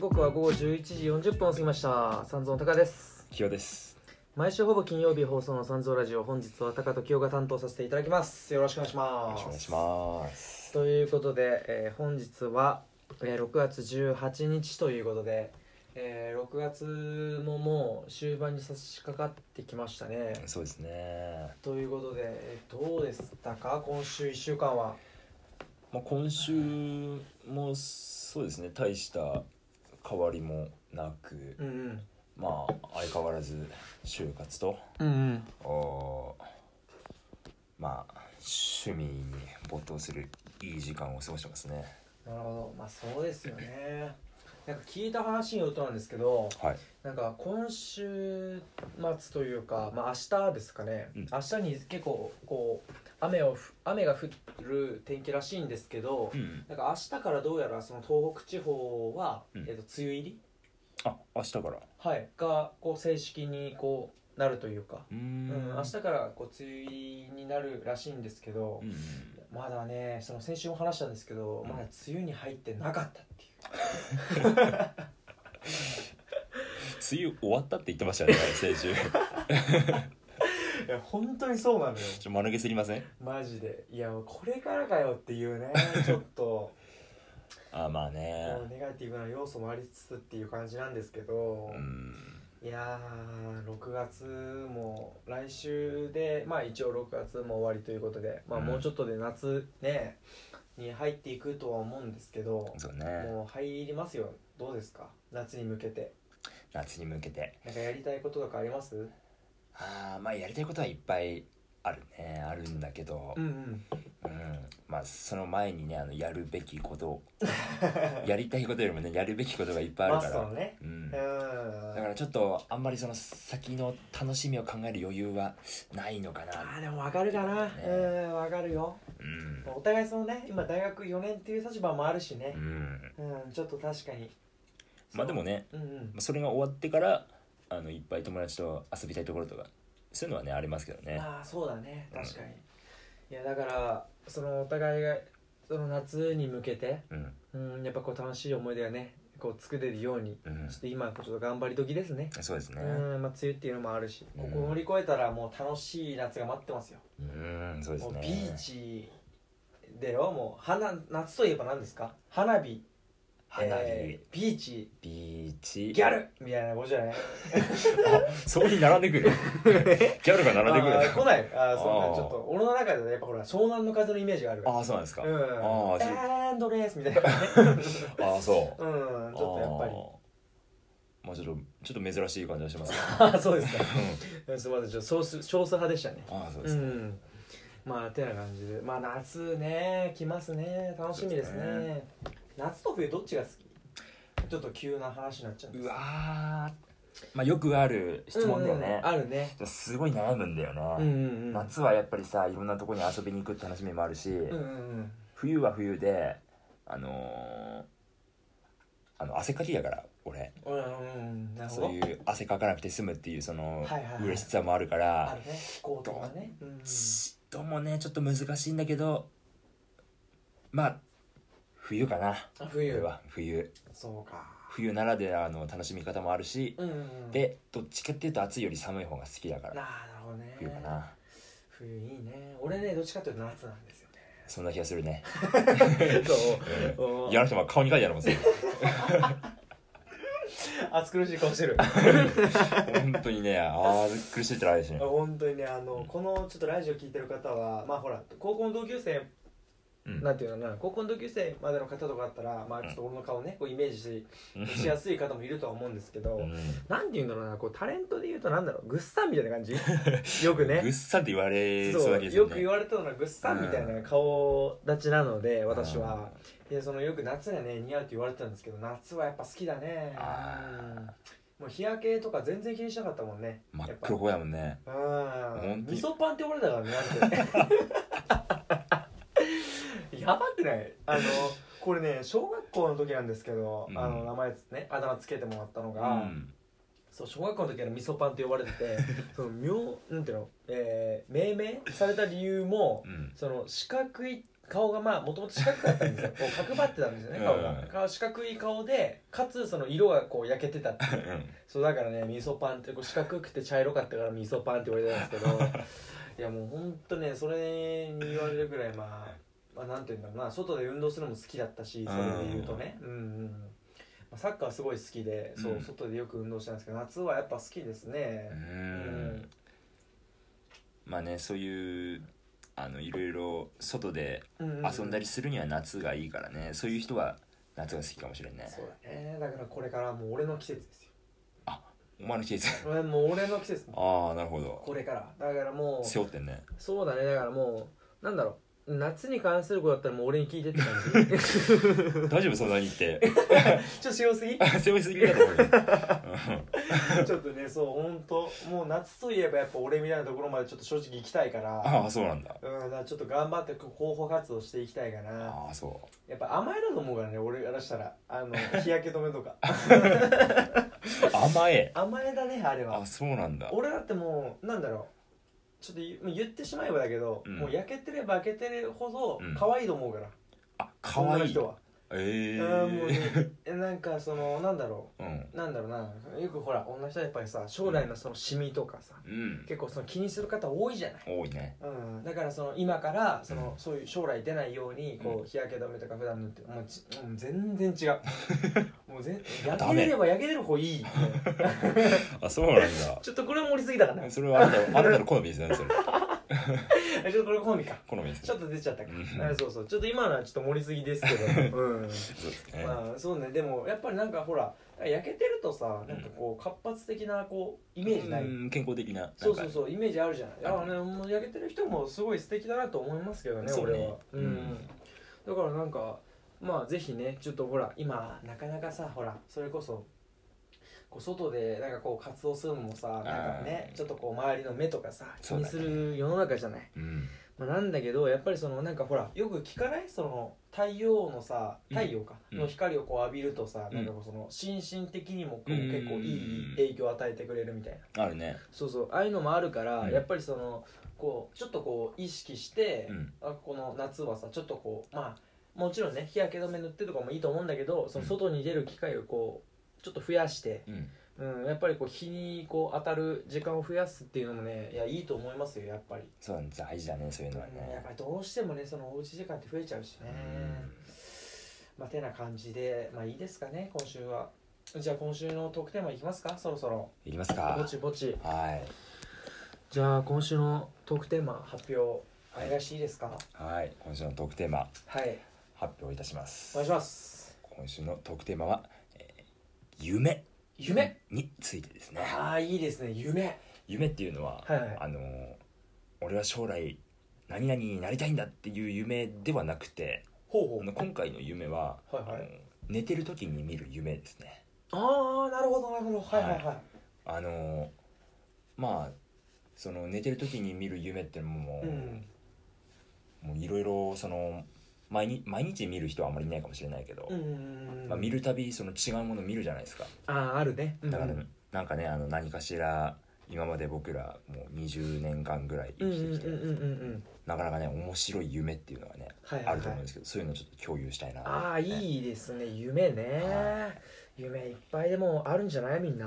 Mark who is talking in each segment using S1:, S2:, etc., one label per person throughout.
S1: 刻は午後11時40分を過ぎました三蔵の高です
S2: キヨです
S1: 毎週ほぼ金曜日放送の三蔵ラジオ本日は高と清が担当させていただきますよろしくお願いし
S2: よろ
S1: ま
S2: し
S1: す
S2: くお願いします
S1: ということで、えー本日は、えー6月18日ということで、えー6月ももう終盤に差し掛かってきましたね
S2: そうですね、
S1: ということで、えーどうでしたか今週1週間は
S2: まあ、今週もそうですね大した変わりもなく
S1: うんうん
S2: まあ相変わらず就活と
S1: うんうん
S2: おーまあ趣味に没頭するいい時間を過ごしてますね
S1: なるほどまあそうですよねなんか聞いた話によるとなんですけど
S2: はい
S1: なんか今週末というか、まあ、明日ですかね、
S2: うん
S1: 明日に結構こう雨をふ雨が降る天気らしいんですけど、
S2: うん
S1: なんか明日からどうやらその東北地方は、
S2: うん
S1: えっと梅雨入り、
S2: あ明日から
S1: はい、がこう正式にこうなるというか、
S2: うー
S1: うん
S2: ん
S1: 明日からこう梅雨入りになるらしいんですけど、
S2: うんうん
S1: まだねその先週も話したんですけど、
S2: うん
S1: まだ梅雨に入ってなかったっていう
S2: 梅雨終わったって言ってました よね先週ちょ
S1: いや本当にそうなのよ
S2: っと間抜けすぎません
S1: マジでいやもうこれからかよっていう ねちょっと
S2: あまあ
S1: こ
S2: ね
S1: うネガティブな要素もありつつっていう感じなんですけど、
S2: うん
S1: いやー6月も来週でまあ一応6月も終わりということで、まあ、
S2: うん
S1: もうちょっとで夏ねに入っていくとは思うんですけど、
S2: そうね
S1: もう入りますよどうですか夏に向けて
S2: 夏に向けて
S1: なんかやりたいこととかあります
S2: あーまあやりたいことはいっぱいあるねあるんだけど、
S1: うんうん
S2: うんまあその前にねあのやるべきこと やりたいことよりもねやるべきことがいっぱいあ
S1: マ
S2: るか
S1: ストの
S2: ら、
S1: ね
S2: うん、
S1: う
S2: だ
S1: ん
S2: からちょっとあんまりその先の楽しみを考える余裕はないのか
S1: あ
S2: な
S1: ーでも分かるかな、
S2: ね
S1: うん分かるよ
S2: うん、
S1: お互いそのね今大学4年っていう立場もあるしね
S2: うん、
S1: うん、ちょっと確かに
S2: まあでもね
S1: うんうん
S2: それが終わってからあのいっぱい友達と遊びたいところとかそういうのはねありますけどね
S1: ああそうだね
S2: うん
S1: 確かに、いやだからそのお互いがその夏に向けて、
S2: うん
S1: うん、やっぱこう楽しい思い出がねこう作れるように
S2: うん
S1: ちょっと今ちょっと頑張り時ですね
S2: そうですね
S1: うんまあ、梅雨っていうのもあるし、
S2: うん
S1: ここ乗り越えたらもう楽しい夏が待ってますよ
S2: うんそうです
S1: もう
S2: ね
S1: ビーチでよもう花夏といえば何ですか花火
S2: 花火、
S1: えービーチ
S2: ビーチ
S1: ギャルみたいなことじゃない
S2: そこに並んでくる ギャルが並んでく
S1: あー
S2: る
S1: 来ないあーそん
S2: あ
S1: な
S2: ー
S1: ちょっと俺の中ではやっぱほら湘南の風のイメージがあるから
S2: ああそうなんですか、
S1: うん
S2: あーそう
S1: エンドレスみたいなね
S2: ああそう
S1: うんちょっとやっぱり
S2: あーまあちょっとちょっと珍しい感じがしま すね
S1: ああそうですかすみませんちょっと少数少数派でしたね
S2: ああそうで
S1: う
S2: すね、
S1: んまあてな感じでまあ夏ね来ますね楽しみですね
S2: そうです
S1: 夏と冬どっちが好きちょっと急な話になっちゃうん
S2: う
S1: です
S2: わーまあよくある質問だよ
S1: うん
S2: ね
S1: う、んあるね
S2: すごい悩むんだよ
S1: うん
S2: ね、
S1: うんうん
S2: 夏はやっぱりさいろんなとこに遊びに行くって楽しみもあるし、
S1: うんうん
S2: 冬は冬であのー、あの汗かきだから俺
S1: うんうんうんなるほ
S2: そ
S1: ど
S2: ういう汗かかなくて済むっていうそ
S1: は
S2: の
S1: いはいはい
S2: 嬉しさもあるから、
S1: あるねコートがねうんうん
S2: ちっともねちょっと難しいんだけどまあ冬かな
S1: あ
S2: 冬
S1: 冬
S2: は冬
S1: そうか
S2: 冬ならではの楽しみ方もあるし、
S1: うんうんうん
S2: でどっちかっていうと暑いより寒い方が好きだから
S1: なあなるほどね
S2: 冬かな
S1: 冬いいね俺ねどっちかというと夏なん ですよね
S2: そんな気がするね
S1: そう
S2: いやあの人も顔に書いてあるもんそれ
S1: 暑苦しい顔して る
S2: 本当にねあー苦しいってないしね
S1: 本当にねあ
S2: う
S1: の
S2: ん
S1: このちょっとラジオ聞いてる方はまあほら高校の同級生
S2: うん
S1: なんていうのかな高校の同級生までの方とかだったらまあちょっと俺の顔ねこうイメージししやすい方もいるとは思うんですけど
S2: うん
S1: なんていうんだろうなこうタレントで言うとなんだろうグッサンみたいな 感じよくね
S2: ぐっさって言われそう
S1: そ
S2: だ
S1: う
S2: けど
S1: よく言われたのはグッサンみたいな顔立ちなので私はでそのよく夏がね似合うって言われてたんですけど夏はやっぱ好きだね
S2: あー
S1: うんもう日焼けとか全然気にしなかったもんね
S2: 真っ
S1: やっぱ
S2: 黒方やもんね
S1: う
S2: 本
S1: ん
S2: 当に
S1: 味噌パンって呼ばれたからねあれ やばくないあのこれね小学校の時なんですけど、
S2: うん
S1: あの名前つねあだ名つけてもらったの
S2: う
S1: が、
S2: ん
S1: そう小学校の時は味噌パンって呼ばれて てその名なんていうの、えー命名された理由も
S2: うん
S1: その四角い顔がまあもともと四角かったんですよこう角張ってたんですよね顔
S2: う
S1: が
S2: ん
S1: 顔四角い顔でかつその色がこう焼けてたっていうそうだからね味噌パンってこう四角くて茶色かったから味噌パンって言われたんです けどいやもうほんとねそれに言われるぐらいまあ、まあ、なんていうんだろうな外で運動するのも好きだったしそれで言うとねうんうんまあサッカーすごい好きでそう、
S2: うん
S1: 外でよく運動したんですけど夏はやっぱ好きですね
S2: うん
S1: う
S2: まあねそういうあのいろいろ外で
S1: うんうん
S2: 遊んだりするには夏がいいからねそういう人は夏が好きかもしれんね
S1: そうだねだからこれからもう俺の季節ですよ
S2: お前の季節
S1: 俺もう俺の季節
S2: ああなるほど
S1: これからだからもう
S2: 背負って んね
S1: そうだねだからもうなんだろう夏に関することだったらもう俺に聞いてって感 じ
S2: 大丈夫そんなに言って
S1: ちょっと強すぎ
S2: 背負いすぎだと思うよ
S1: ちょっとねそう本当もう夏といえばやっぱ俺みたいなところまでちょっと正直行きたいから
S2: ああそうなんだ
S1: うん、だからちょっと頑張ってこう候補活動していきたいかな
S2: ああそ
S1: やっぱ甘えると思うからね俺からしたらあ の日焼け止めとか
S2: う甘え
S1: 甘えだねあれは
S2: あそうなんだ
S1: 俺だってもうなんだろうちょっと言もう言ってしまえばだけど、
S2: うん
S1: もう焼けてれば焼けてるほど
S2: うん
S1: 可愛いと思うから、
S2: あ可愛
S1: 女の
S2: い
S1: 人は、
S2: ええ
S1: うんもうねえなんかそのなんだろ
S2: うん
S1: うなんだろうなよくほら女の人はやっぱりさ将来のそのシミとかさ、
S2: うん
S1: 結構その気にする方多いじゃない、
S2: 多いね
S1: うん、だからその今からその、
S2: うん
S1: そういう将来出ないようにこう日焼け止めとか普段塗ってもうちもう全然 違うもうぜ焼けれれば焼けれる方いい
S2: あそうなん
S1: ちょっとこれは盛りすぎたかな
S2: だ
S1: ち
S2: それはあなたのあなたの好みですねそれ
S1: ょっとこれ好みか
S2: 好みです
S1: ち
S2: ね
S1: ょっと出ちゃったか、
S2: うん
S1: あそうそうちょっと今のはちょっと盛りすぎですけ ど、うん
S2: そうですね
S1: まあそうねでもやっぱりなんかほら焼けてるとさなんかこう活発的なこうイメージない、
S2: うん健康的ななんか
S1: そうそうそうイメージあるじゃないだから
S2: ある
S1: ねもう焼けてる人もすごい素敵だなと思いますけどね
S2: そう
S1: 俺
S2: ね
S1: は、うん
S2: うん
S1: だからなんかまあぜひねちょっとほら今なかなかさほらそれこそこう外でなんかこう活動するのもさなんかね
S2: うん
S1: ちょっとこう周りの目とかさ気
S2: そう
S1: に
S2: だね
S1: する世の中じゃない、
S2: うん
S1: まあ、なんだけどやっぱりそのなんかほらよく聞かないその太陽のさ
S2: うん
S1: 太陽か、
S2: うん
S1: の光をこう浴びるとさ、
S2: うん
S1: なんかこうその心身的にもこう
S2: うん
S1: 結構いい影響を与えてくれるみたいな
S2: あるね
S1: そうそうああいうのもあるから、
S2: うん
S1: やっぱりそのこうちょっとこう意識して
S2: う、ん
S1: あこの夏はさちょっとこうまあもちろんね日焼け止め塗ってとかもいいと思うんだけどその
S2: うん
S1: 外に出る機会をこうちょっと増やして、
S2: うん
S1: うん、やっぱりこう日にこう当たる時間を増やすっていうのもねいやいいと思いますよやっぱり。
S2: そうだね大事だねそういうのは
S1: うんやっ
S2: ね
S1: ぱりどうしてもねそのおうち時間って増えちゃうしね、まあてな感じでまあいいですかね今週はじゃあ今週の特典もいきますかそろそろ
S2: いきます
S1: ぼ
S2: か
S1: ちぼち
S2: はい
S1: じゃあ今週の特典マ発表お
S2: はい
S1: 願いしていいですか
S2: はい今週のトークテーマ
S1: はい
S2: 発表いたします
S1: お願いします
S2: 今週のトークテーマは、えー夢
S1: 夢
S2: についてですね
S1: ああいいですね夢
S2: 夢っていうのは、
S1: はいはい
S2: あのー俺は将来何々になりたいんだっていう夢ではなくて
S1: ほう
S2: あの今回の夢は、
S1: はいはい
S2: あの寝てる時に見る夢ですね
S1: ほうああなるほどなるほどはいはいはい
S2: あのーまあその寝てる時に見る夢ってのももう、
S1: うん
S2: もういろいろその毎日毎日見る人はあまりいないかもしれないけど、
S1: うん
S2: まあ、見るたびその違うもの見るじゃないですか
S1: あああるね
S2: だから、
S1: うんうん
S2: なんかねあの何かしら今まで僕らもう20年間ぐらい生きてきて、
S1: うんうんうんうんうん
S2: なかなかね面白い夢っていうのがね
S1: はいはい、は
S2: あると思うんですけど、そういうのをちょっと共有したいなと
S1: ああいいですね夢ね、
S2: は
S1: 夢いっぱいでもあるんじゃないみんな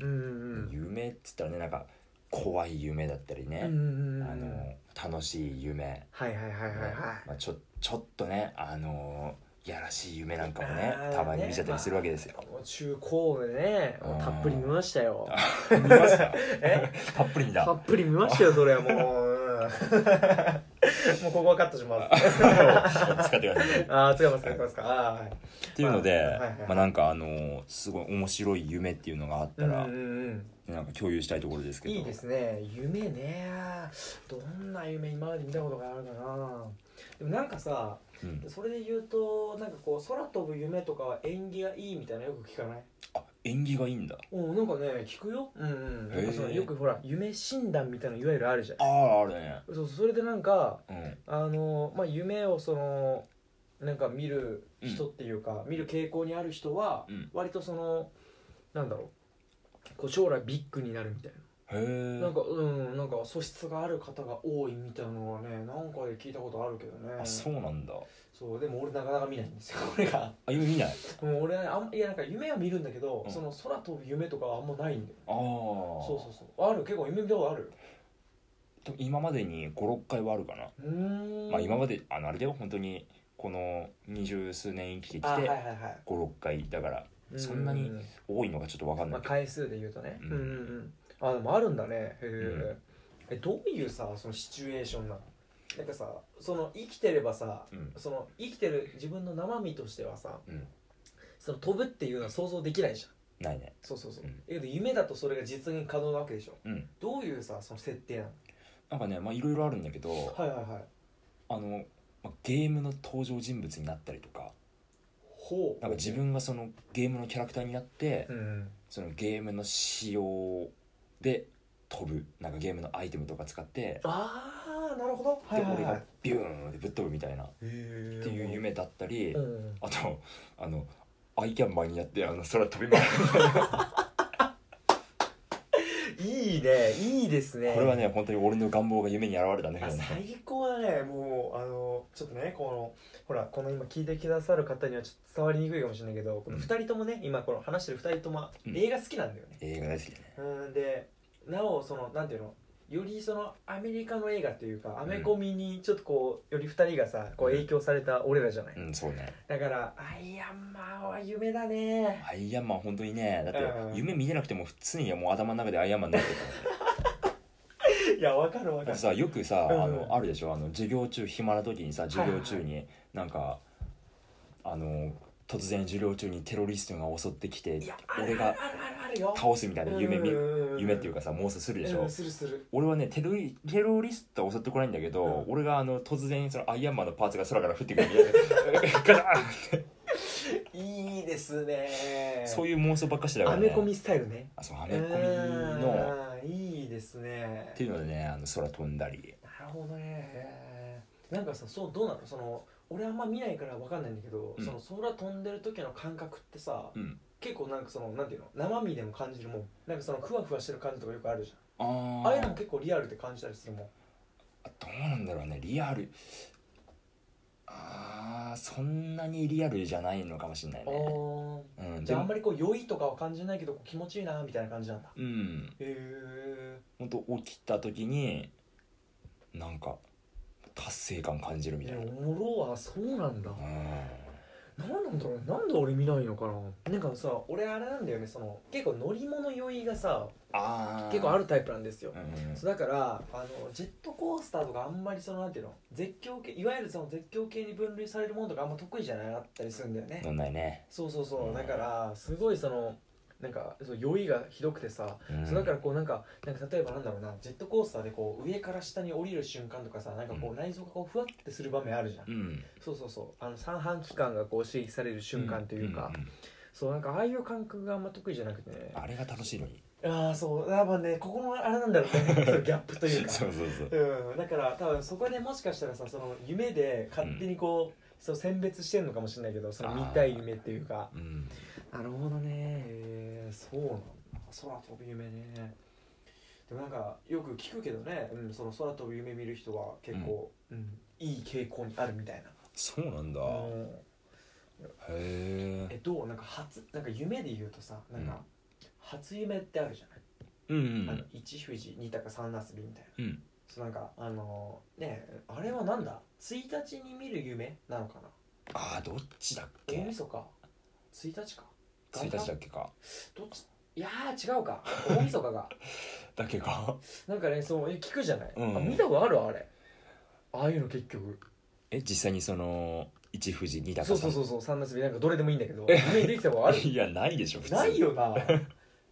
S1: うんうん
S2: 夢っつったらねなんか怖い夢だったり
S1: うんうん
S2: ね、
S1: うんうん
S2: あの楽しい夢、
S1: はいはいはいはいはい、
S2: まあ、ちょちょっとねあのやらしい夢なんかも
S1: あー
S2: ね
S1: ね
S2: たまに見ちゃったりするわけですよ、
S1: もう中高でねもうたっぷり見ましたよ
S2: 見ました
S1: え
S2: たっ ぷり見
S1: た
S2: た
S1: っぷり見ましたよそれはもう、うんもうここはカットします
S2: 使ってください
S1: ああ使います使いますかあーはい
S2: っていうので、
S1: まあはいはいはい
S2: まあ、なんかあのすごい面白い夢っていうのがあったら、
S1: うんうんうん
S2: なんか共有したいところですけど
S1: いいですね夢ねどんな夢今まで見たことがあるかなでもなんかさ
S2: うん、
S1: それで言うとなんかこう空飛ぶ夢とかは縁起がいいみたいなのよく聞かない
S2: あ縁起がいいんだ
S1: おなんかね聞くようんうんなんかその
S2: へえ
S1: よくほら夢診断みたいなのいわゆるあるじゃん
S2: あああるね
S1: そうそうそれでなんか
S2: うん
S1: あのまあ夢をそのなんか見る人っていうか、見る傾向にある人は
S2: うん
S1: 割とそのなんだろうこう将来ビッグになるみたい
S2: へえ
S1: なんかうんなんか素質がある方が多いみたいなのはねなんかで聞いたことあるけどね
S2: あそうなんだ
S1: そうでも俺なかなか見ないんですよ これが
S2: あ夢見ない
S1: うん俺ねあんいやなんか夢は見るんだけど、
S2: うん
S1: その空飛ぶ夢とかはあんまないんだよ
S2: ああ
S1: そうそうそうある結構夢見たことある
S2: でも今までに56回はあるかな、
S1: うーん
S2: まあ今
S1: で
S2: まであのあれだよ本当にこの二十数年生きて
S1: あ
S2: き
S1: はいは
S2: て
S1: いはい
S2: 56回だから
S1: う
S2: そんなに多いのがちょっと分かん
S1: ま
S2: な
S1: あ、
S2: い
S1: 回数で言うとね、
S2: うん
S1: うんうんうんあでもあるんだねへえ、
S2: ん
S1: えどういうさそのシチュエーションなのなんかさその生きてればさ
S2: うん
S1: その生きてる自分の生身としてはさ、
S2: うん
S1: その飛ぶっていうのは想像できないじゃん
S2: ないね
S1: そうそうそう、
S2: うん
S1: えけど夢だとそれが実現可能なわけでしょ
S2: うん
S1: どういうさその設定なの
S2: なんかねまあいろいろあるんだけど
S1: はいはいはい
S2: あの、まあ、ゲームの登場人物になったりとか
S1: ほう
S2: なんか自分がそのゲームのキャラクターになって、
S1: うん
S2: そのゲームの仕様で飛ぶなんかゲームのアイテムとか使って、
S1: ああなるほどはいは
S2: で
S1: い
S2: 俺
S1: はい
S2: がビューンってぶっ飛ぶみたいなっ
S1: って
S2: ていう夢だったり、
S1: うんうん
S2: あとあのアイキャンマンになってあの空飛び回る
S1: いいねいいですね
S2: これはね本当に俺の願望が夢に現れたね
S1: あ最高だねもうあのちょっとねこのほらこの今聞いてくださる方にはちょっと伝わりにくいかもしれないけどこの
S2: うん
S1: 2人ともね今この話してる2人とも
S2: うん
S1: 映画好きなんだよね、
S2: 映画大好きだね
S1: うん、でなおそのなんていうのよりそのアメリカの映画っていうかアメコミにちょっとこうより2人がさこう
S2: うん
S1: 影響された俺らじゃない、
S2: うんそうね
S1: だからアイアンマンは夢だね
S2: アイアンマン本当にねだ
S1: う
S2: っ
S1: ん
S2: て夢見てなくても普通にもう頭の中でアイアンマンになって
S1: いやわかるわか
S2: たら
S1: る
S2: さよくさあ
S1: うん
S2: のあるでしょあの授業中暇な時にさ授業中になんかあの突然授業中にテロリストが襲ってきて
S1: いやある
S2: 俺
S1: あ
S2: が
S1: るあるあるよ
S2: 倒すみたいな夢見夢っていう
S1: か
S2: かさ妄想する
S1: で
S2: でし
S1: し
S2: ょ
S1: ょするする
S2: 俺はねテロリテロリストは襲ってこないんだけど、
S1: う
S2: 俺があの突然そのアイアンマンのパーツが空から降ってくるみたいな ガラーン
S1: いいですね
S2: そういう妄想ばっかしてたから
S1: アメ
S2: ね
S1: コミスタイルね
S2: あそうアメコミの
S1: うんいいですね
S2: っていうのでねあの空飛んだり
S1: なるほどねへーなんかさそうどうなのその俺あんま見ないからわかんないんだけど、
S2: うん
S1: その空飛んでる時の感覚ってさ、
S2: うん
S1: 結構なんかそのなんていうの生身でも感じるもんなんかそのふわふわしてる感じとかよくあるじ
S2: あ
S1: ゃ
S2: ー
S1: んああいうのも結構リアルって感じたりするもん
S2: どうなんだろうねリアルあーそんなにリアルじゃないのかもしれないね、
S1: あ
S2: うん、
S1: ーじゃああんま
S2: り
S1: りこう酔いとかは感じないけどこう気持ちいいなみたいな感じなんだ
S2: うん
S1: へえ
S2: 本当起きた時になんか達成感感じるみたいな、うん、
S1: おもろはそうなんだなんなんだろうねなんで俺見ないのかななんかさ俺あれなんだよねその結構乗り物酔いがさ
S2: あー
S1: 結構あるタイプなんですよ
S2: うんうん
S1: そうだからあのジェットコースターとかあんまりそのなんていうの絶叫系いわゆるその絶叫系に分類されるものとかあんま得意じゃないあったりするんだよね、
S2: 乗んないね、
S1: そうそうそううんだからすごいそのなんかそう酔いがひどくてさ、
S2: うん、
S1: そうだからこうなんかなんか例えばなんだろうなジェットコースターでこう上から下に降りる瞬間とかさなんかこ
S2: う
S1: う内臓がこうふわってする場面あるじゃん、
S2: うん
S1: そうそうそうあの三半規管がこう刺激される瞬間というか、
S2: んんん
S1: そうなんかああいう感覚があんま得意じゃなくてね
S2: あれが楽しいのに
S1: ああそうやっぱねここのあれなんだろうね そのギャップというか
S2: そうそうそう
S1: うんだから多分そこでもしかしたらさその夢で勝手にこう、そう選別してんのかもしれないけどその見たい夢っていうか
S2: うん
S1: なるほどねへえそうなんだ空飛ぶ夢ねでもなんかよく聞くけどね、うん、その空飛ぶ夢見る人は結構、うんいい傾向にあるみたいな
S2: そうなんだ、へ
S1: うん
S2: え
S1: えどうなんか初なんか夢で言うとさなんか、
S2: うん
S1: 初夢ってあるじゃない、
S2: うんう
S1: あの
S2: ん
S1: 1富士2高3なすびみたいな
S2: うん
S1: そうなんかあのーねえあれはなんだ1日に見る夢なのかな
S2: ああどっちだっ
S1: 大
S2: け
S1: 晦日か1日か
S2: 1日だっけか
S1: どっちいやー違うか大晦日 が
S2: だっけか
S1: なんかねそうえ聞くじゃない、
S2: うん
S1: あ見たことあるあれああいうの結局
S2: え実際にその一富士二高さ
S1: そ
S2: ん
S1: うそうそうそう三なすびなんかどれでもいいんだけ ど夢にできたことある
S2: いやないでしょ普通
S1: ないよな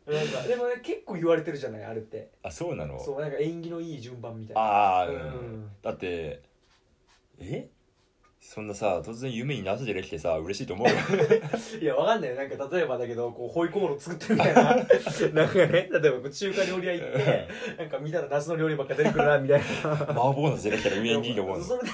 S1: なんかでもね結構言われてるじゃないあれって
S2: あそうなの
S1: そうなんか縁起のいい順番みたいな
S2: ああ、うん
S1: うん
S2: だってえそんなさ突然夢に謎でできてさ嬉しいと思う
S1: いやわかんないよなんか例えばだけどこうホイコーロー作ってるみた いななんかね例えばこう中華料理屋行ってなんか見たら夏の料理ばっか出てくるなみたいな
S2: 麻婆の出てきたら上にいいと思う
S1: それで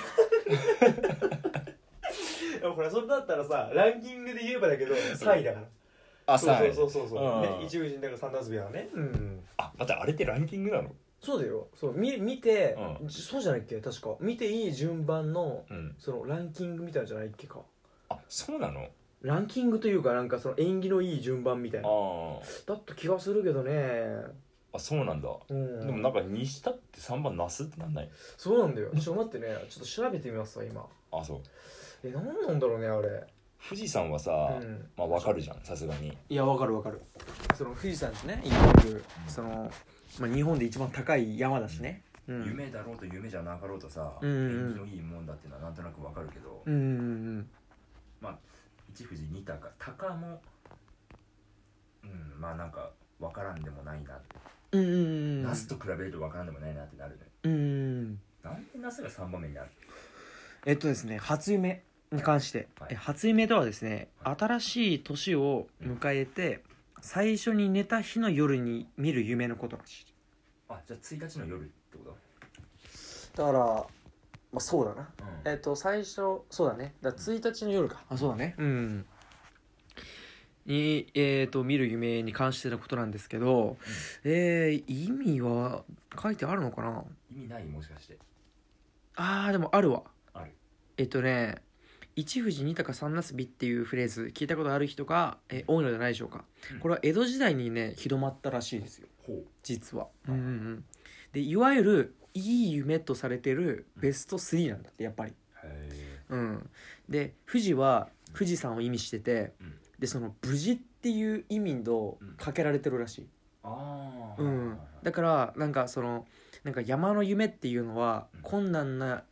S1: でもほらそれだったらさランキングで言えばだけど3位だからそう
S2: 浅い
S1: そうそうそうそう、
S2: うん
S1: ね、一部人だから三段遊びはねうん
S2: あまたあれってランキングなの
S1: そうだよそう見見て、
S2: う
S1: じそうじゃないっけ確か見ていい順番の
S2: うん
S1: そのランキングみたいなのじゃないっけか
S2: あそうなの
S1: ランキングというかなんかその縁起のいい順番みたいな
S2: あ
S1: だった気がするけどね
S2: ーあそうなんだ
S1: うん
S2: でもなんか西田って3番ナスってなんない
S1: そうなんだよちょっと待ってねちょっと調べてみますわ今
S2: あそう
S1: え何なんだろうねあれ
S2: 富士山はさ、
S1: うん
S2: まあわかるじゃんさすがに
S1: いやわかるわかるその富士山ってね今いうその、まあ、日本で一番高い山だしね、うん、
S2: 夢だろうと夢じゃなかろうとさ、
S1: うんうんうん
S2: 縁起のいいもんだっていうのはなんとなくわかるけど、
S1: うんうん
S2: まあ一富士二鷹鷹もうんまあなんかわからんでもないな、
S1: うんうんうんうん
S2: ナスと比べるとわからんでもないなってなるね
S1: うんうん
S2: なんでナスが3番目になる
S1: えっとですね初夢に関して、
S2: はい
S1: え初夢とはですね
S2: はい
S1: 新しい年を迎えて最初に寝た日の夜に見る夢のことらしい
S2: あじゃあ1日の夜ってこと
S1: だからまあそうだな
S2: うん
S1: えっと最初そうだねだから1日の夜かあそうだねうんにえっと見る夢に関してのことなんですけど、えー意味は書いてあるのかな
S2: 意味ないもしかして
S1: あーでもあるわ
S2: ある
S1: えっとね「一富士二鷹三なすび」っていうフレーズ聞いたことある人がえ多いのではないでしょうか
S2: うん
S1: これは江戸時代にね広まったらしいですよ
S2: ほう
S1: 実は、うんうんうん、でいわゆるいい夢とされてるベスト3なんだってやっぱり
S2: へ
S1: うん、で富士は富士山を意味してて、
S2: うん
S1: でその無事っていう意味と
S2: うん
S1: かけられてるらしい、
S2: ああ
S1: うんだからなんかそのなんか山の夢っていうのは
S2: うん
S1: 困難な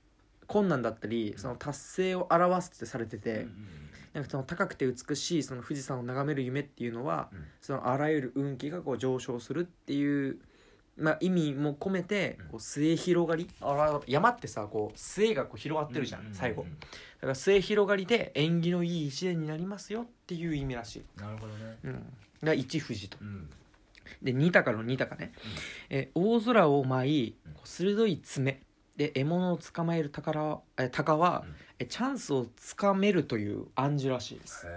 S1: 困難だったり
S2: うん
S1: その達成を表すってされてて、
S2: うんうん
S1: なんかその高くて美しいその富士山を眺める夢っていうのは、
S2: うん
S1: そのあらゆる運気がこう上昇するっていう、まあ、意味も込めて
S2: うん
S1: こう末広がりあら山ってさこう末がこう広がってるじゃん、最後
S2: うううん
S1: だから末広がりで縁起のいい一年になりますよっていう意味らしい、
S2: なるほどね
S1: うん、が一富士と
S2: うん
S1: で二鷹の二鷹ね、え大空を舞いこう鋭い爪で獲物を捕まえる宝え鷹は、
S2: うん
S1: えチャンスをつかめるという暗示らしいです、
S2: へ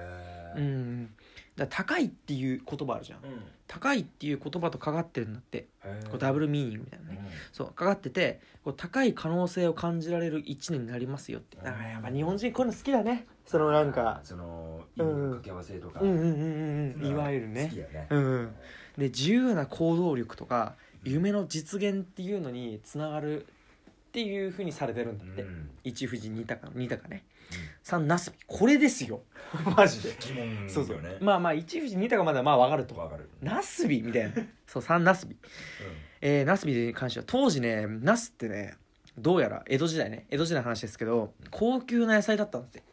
S1: う
S2: え
S1: ん、だから高いっていう言葉あるじゃん
S2: うん
S1: 高いっていう言葉とかかってるんだって
S2: へ
S1: こうダブ
S2: ル
S1: ルミーニングみたいなねそうかかっててこう高い可能性を感じられる1年になりますよって
S2: うん
S1: だからやっぱ日本人こういうの好きだねそのなんか
S2: その意
S1: うん
S2: 味の掛け合わせとか
S1: うんうんうんうんいわゆる
S2: 好
S1: ね
S2: きだよね
S1: うんうんで自由な行動力とか夢の実現っていうのにつながるっていうふうにされてるんだって、
S2: うん
S1: 一富士二鷹の二鷹ね三なすびこれですよマジで
S2: 疑 問
S1: そうそ
S2: よね
S1: うまあまあ一富士二鷹まではまあわかると
S2: わかる
S1: なすびみたいなそう三なすびえー、ナスビに関しては当時ねナスってねどうやら江戸時代ね江戸時代の話ですけど高級な野菜だったんだって、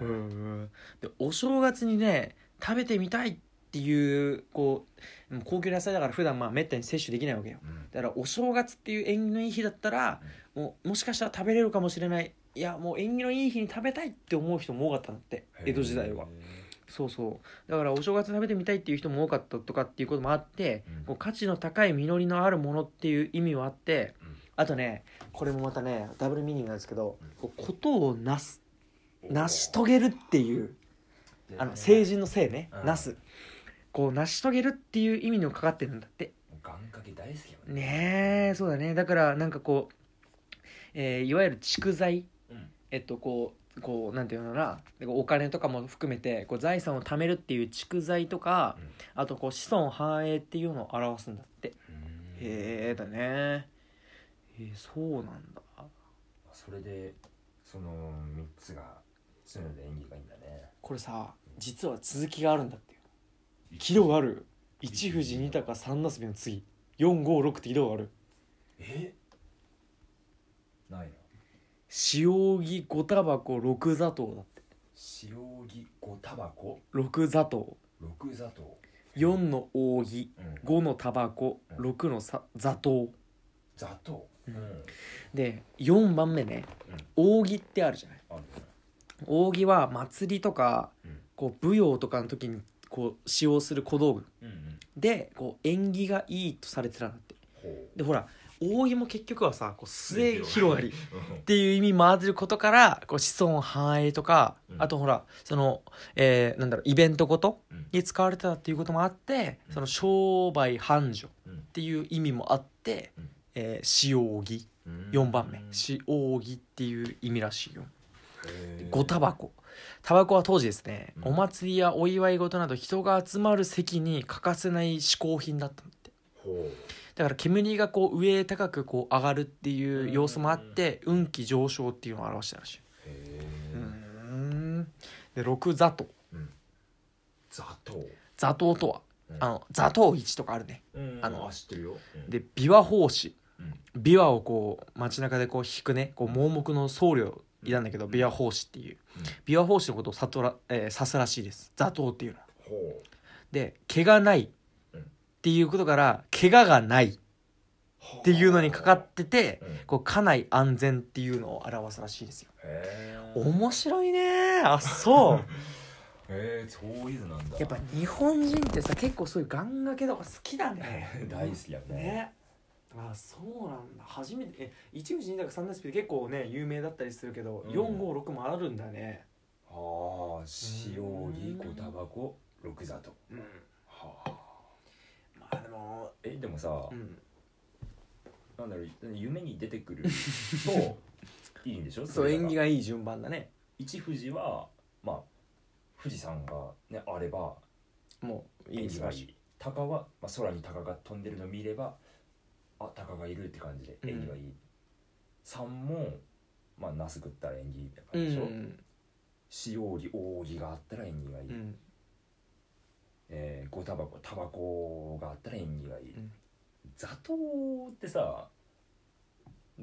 S2: うんへ
S1: でお正月にね食べてみたいっていうこううん高級な野菜だから普段まあめったに摂取できないわけよ
S2: えうん
S1: だからお正月っていう縁起のいい日だったらもうもしかしたら食べれるかもしれないいやもう縁起のいい日に食べたいって思う人も多かったんだって江戸時代は
S2: へ
S1: そうそうだからお正月食べてみたいっていう人も多かったとかっていうこともあって、
S2: うん
S1: こう価値の高い実りのあるものっていう意味はあって、
S2: うん
S1: あとねこれもまたねダブルミーニングなんですけど、
S2: うん
S1: こうことをなす
S2: え
S1: 成し遂げるっていうあの成人のせいね、
S2: うん
S1: なすこう成し遂げるっていう意味にもかかってるんだって
S2: 願掛け大好きよね
S1: ねえそうだねだからなんかこう、えーいわゆる蓄財
S2: うん
S1: えっとこうこうなんていうのかなでこうお金とかも含めてこう財産を貯めるっていう蓄財とか、
S2: うん
S1: あとこう子孫繁栄っていうのを表すんだってへ
S2: うん
S1: えだねへえそうなんだ
S2: それでその三つがそういうので演技がいいんだね
S1: これさ実は続きがあるんだってよ岐路がある一富士二鷹三なすびの次456って岐路がある
S2: えないの
S1: 塩木五タバコ六座頭だって
S2: 塩木五タバコ
S1: 六座頭
S2: 六砂糖
S1: 4の扇
S2: うん
S1: 5のタバコ
S2: うん
S1: 6のさ座頭
S2: 砂糖
S1: うん
S2: うん
S1: で4番目ね扇ってあるじゃない
S2: あるね
S1: 扇は祭りとか
S2: うん
S1: こう舞踊とかの時にこう使用する小道具
S2: うんうん
S1: でこう縁起がいいとされてたんだって
S2: ほう
S1: でほら扇も結局はさこう末
S3: 広
S1: 広
S3: が
S1: が
S3: り
S1: りっていう意味もあることからこう子孫繁栄とか、
S2: うん
S1: あとほらその、えーなんだろうイベントごと
S2: うん
S1: に使われてたっていうこともあって、
S2: うん
S1: その商売繁盛
S2: う
S1: っ
S2: ん
S1: ていう意味もあって、
S2: うん
S1: えー使用着4番目使用着っていう意味らしいよごタバコタバコは当時ですね、
S2: うん
S1: お祭りやお祝い事など人が集まる席に欠かせない嗜好品だったんだって
S2: ほ
S1: だから煙がこう上へ高くこう上がるっていう様子もあって運気上昇っていうのを表してたらしい、
S2: うへ
S1: う
S2: え
S1: ん、で6座頭
S2: 座頭
S1: 座頭とは、
S2: うん
S1: あの座頭市とかあるね
S2: うん
S1: あの
S2: 知ってるようん
S1: で琵琶法師
S2: うん
S1: 琵琶をこう街中でこう弾くねこう盲目の僧侶いたんだけど琵琶法師っていう
S2: うん
S1: 琵琶法師のことをさとら、えー指すらしいです座頭っていうのは
S2: ほう
S1: で毛がない
S2: うん
S1: っていうことから怪我がないっていうのにかかってて
S2: うんへ
S1: こう家内安全っていうのを表すらしいですよ
S2: え
S1: 面白いねあそう
S2: へえそういうのなんだ
S1: やっぱ日本人ってさ結構そういう願掛けとか好きだね
S2: 大好きやね
S1: ねあそうなんだ初めてえ一部二だか三大スピード結構ね有名だったりするけど、
S2: うん
S1: 四五六もあるんだね
S2: ああしおりごタバコ六座頭
S1: うん
S2: はあ
S1: まあでも
S2: えでもさ、
S1: うん
S2: なんだろう夢に出てくるといいんでしょ
S1: そう縁起
S2: が
S1: がいい順番だね
S2: 一富士はまあ富士山が、ね、あれば
S1: もうい
S2: 縁
S1: い素
S2: 起
S1: 晴
S2: が
S1: ら
S2: い
S1: しい
S2: い鷹は、まあ、空に鷹が飛んでるの見ればあ鷹がいるって感じで
S1: うん
S2: 縁起がいい、三もまあナス食ったら縁起いいって
S1: う
S2: 感じでしょ、
S1: ん
S2: 塩織大織があったら縁起がいい、
S1: うん
S2: えー、ごタバコタバコがあったら縁起がいい、
S1: うん
S2: 座頭ってさ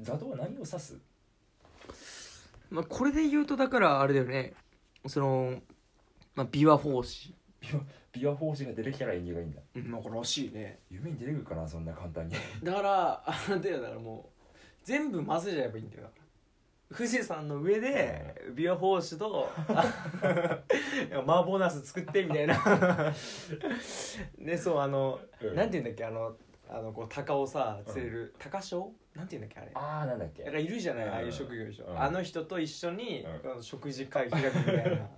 S2: 座頭は何を指す
S1: まあ、これで言うとだからあれだよねその、まあ、琵琶法師
S2: 琵琶法師が出てきたら縁起がいいんだ
S1: なんからしいね
S2: 夢に出てくるかなそんな簡単に
S1: だからあれだよだからもう全部混ぜちゃえばいいんだよだから富士山の上で琵琶法師 といや麻婆ナス作ってみたいなねそうあの、
S2: うん
S1: なんて言うんだっけあのあのこう鷹をさ釣れる鷹匠なんて言うんだっけあれ
S2: ああなんだっけ
S1: なんかいるじゃない、
S2: うん
S1: ああいう職業でしょ、
S2: うん
S1: あの人と一緒に、
S2: うん
S1: あの食事会開くみたい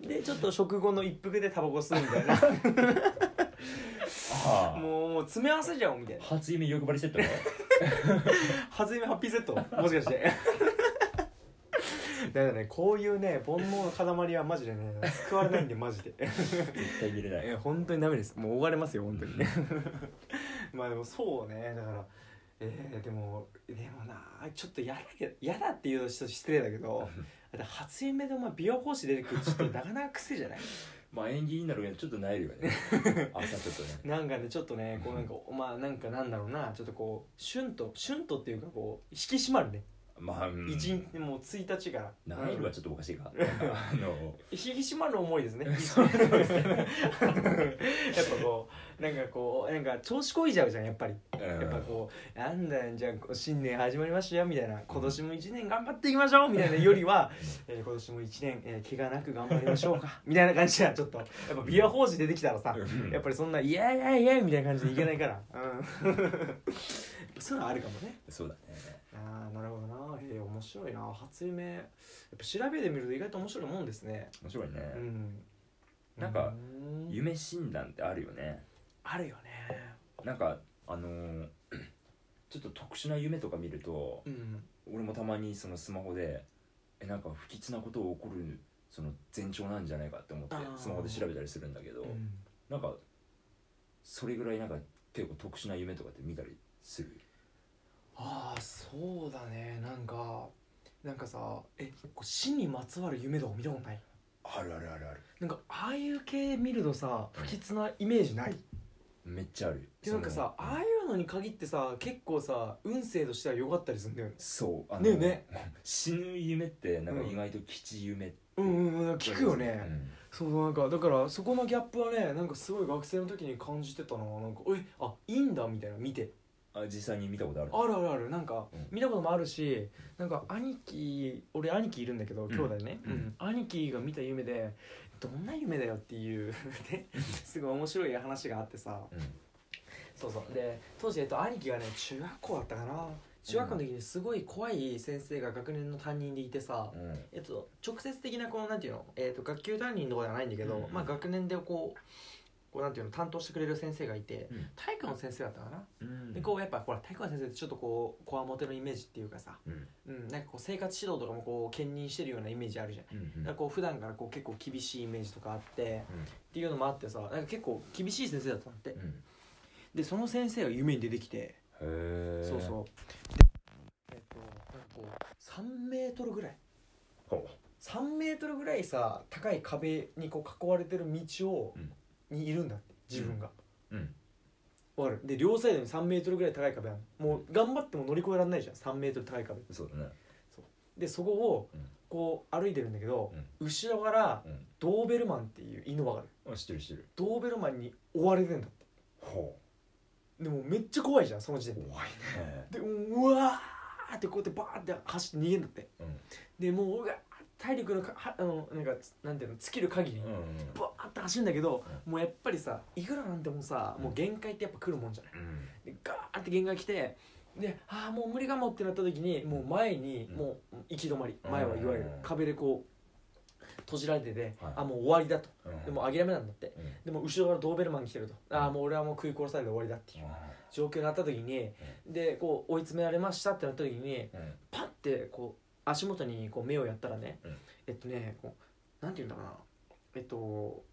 S1: なでちょっと食後の一服でタバコ吸うみたい な
S2: あー
S1: もうもう詰め合わせじゃんみたいな
S2: 初夢欲張りセットね
S1: 初夢ハッピーセットもしかして だからねこういうね煩悩の塊はマジでね救われないんでマ ジで
S2: 絶対見 れない
S1: え本当にダメですもう追われますよ本当にね まあでもそうねだからえー、でもでもなちょっとやだけどやだっていうのちょっと失礼だけ どだって初夢でお前美容講師出てくるってちょっとなかなか癖じゃない
S2: まあ縁起いいんだろうけどちょっと萎えるよね 朝ちょっとね
S1: なんかねちょっとねこうなんかまあなんかなんだろうなちょっとこうシュンとシュンとっていうかこう引き締まるね、
S2: まあ、うん、
S1: 一日もう1日から
S2: 萎えるはちょっとおかしいかあの
S1: 引き締まる思いです ねやっぱこうなんかこうなんか調子こいちゃうじゃんやっぱりやっぱこうなんだよじゃあこう新年始まりましたよみたいな今年も1年頑張っていきましょうみたいなよりは、えー今年も1年、えー、怪我なく頑張りましょうか みたいな感じじゃんちょっとやっぱビア法師出てきたらさ
S2: うん
S1: やっぱりそんな「イエーイイエーイイエーイ!」みたいな感じでいけないから、 うん、そういうのあるかもね
S2: そうだね
S1: ああなるほどなへえ面白いな初夢やっぱ調べてみると意外と面白いもんですね
S2: 面白いね、
S1: うん
S2: なんか
S1: うん
S2: 夢診断ってあるよね
S1: あるよね
S2: なんかあの ーちょっと特殊な夢とか見ると
S1: うん
S2: 俺もたまにそのスマホでえなんか不吉なことが起こるその前兆なんじゃないかって思って
S1: あー
S2: スマホで調べたりするんだけど、
S1: うん
S2: なんかそれぐらいなんか結構特殊な夢とかって見たりする
S1: ああそうだねなんかなんかさえこう死にまつわる夢とか見たことない
S2: あるあるあるある
S1: なんかああいう系見るとさ
S2: うん
S1: 不吉なイメージない
S2: めっちゃある
S1: でなんかさ
S2: その
S1: ああいうのに限ってさ結構さ運勢としては良かったりするんだよね
S2: そうあ
S1: ねえね
S2: 死ぬ夢ってなんか意外と吉夢って
S1: うんうんうん聞くよね、
S2: うん
S1: そうなんかだからそこのギャップはねなんかすごい学生の時に感じてたななんかえあいいんだみたいな見て
S2: あ実際に見たことある
S1: あるあるあるなんか
S2: うん
S1: 見たこともあるしなんか兄貴俺兄貴いるんだけど兄弟ね、
S2: うん
S1: うん兄貴が見た夢で どんな夢だよっていうねすごい面白い話があってさ
S2: うん
S1: そうそうで当時、えっと、兄貴がね中学校だったかな中学校の時にすごい怖い先生が学年の担任でいてさ、
S2: うん
S1: えっと、直接的なこのなんていうの、えっと、学級担任とかではないんだけど、
S2: うんうん
S1: まあ、学年でこうこうなんていうの担当してくれる先生がいて、
S2: うん
S1: 体育の先生だったかな、
S2: うん
S1: でこうやっぱほら体育の先生ってちょっとこうこわもてのイメージっていうかさ、
S2: うん
S1: うん、なんかこう生活指導とかもこう兼任してるようなイメージあるじゃん
S2: うん
S1: だからこう普段からこう結構厳しいイメージとかあってっていうのもあってさなんか結構厳しい先生だったんだって
S2: うんうん
S1: でその先生が夢に出てきて
S2: へえ
S1: そうそうでえっとなんかこう3メートルぐらい
S2: ほ
S1: 3メートルぐらいさ高い壁にこう囲われてる道を、にいるんだって自分が、
S2: ううん
S1: わかるで両サイドに3メートルぐらい高い壁あるもう頑張っても乗り越えられないじゃん3メートル高い壁
S2: そうだね
S1: でそこを
S2: うん
S1: こう歩いてるんだけど、後ろからドーベルマンっていう犬わかる
S2: うんあ知ってる知ってる
S1: ドーベルマンに追われてんだって
S2: ほ
S1: でもめっちゃ怖いじゃんその時
S2: う
S1: 点で
S2: 怖いね
S1: でもううわーってこうやってバーって走って逃げんだって
S2: うん
S1: でもううわー体力のかはあのなんかなんていうの尽きる限り、
S2: うん
S1: バーって走るんだけど、もうやっぱりさいくらなんてもさ、
S2: うん
S1: もう限界ってやっぱ来るもんじゃない
S2: う
S1: で
S2: ん
S1: ガーって限界来てでああもう無理かもってなった時にもう前に
S2: うん
S1: もう行き止まり、前はいわゆる
S2: うん
S1: 壁でこう閉じられてて、
S2: はい
S1: あもう終わりだと
S2: うん
S1: でも諦めなんだって
S2: うん
S1: でも後ろからドーベルマン来てると、
S2: うん
S1: ああもう俺はもう食い殺されて終わりだっていう状況になった時に、でこう追い詰められましたってなった時に
S2: うん
S1: パッてこう足元にこう目をやったらね、
S2: うん
S1: えっとねこうなんていうんだろうなえっとこ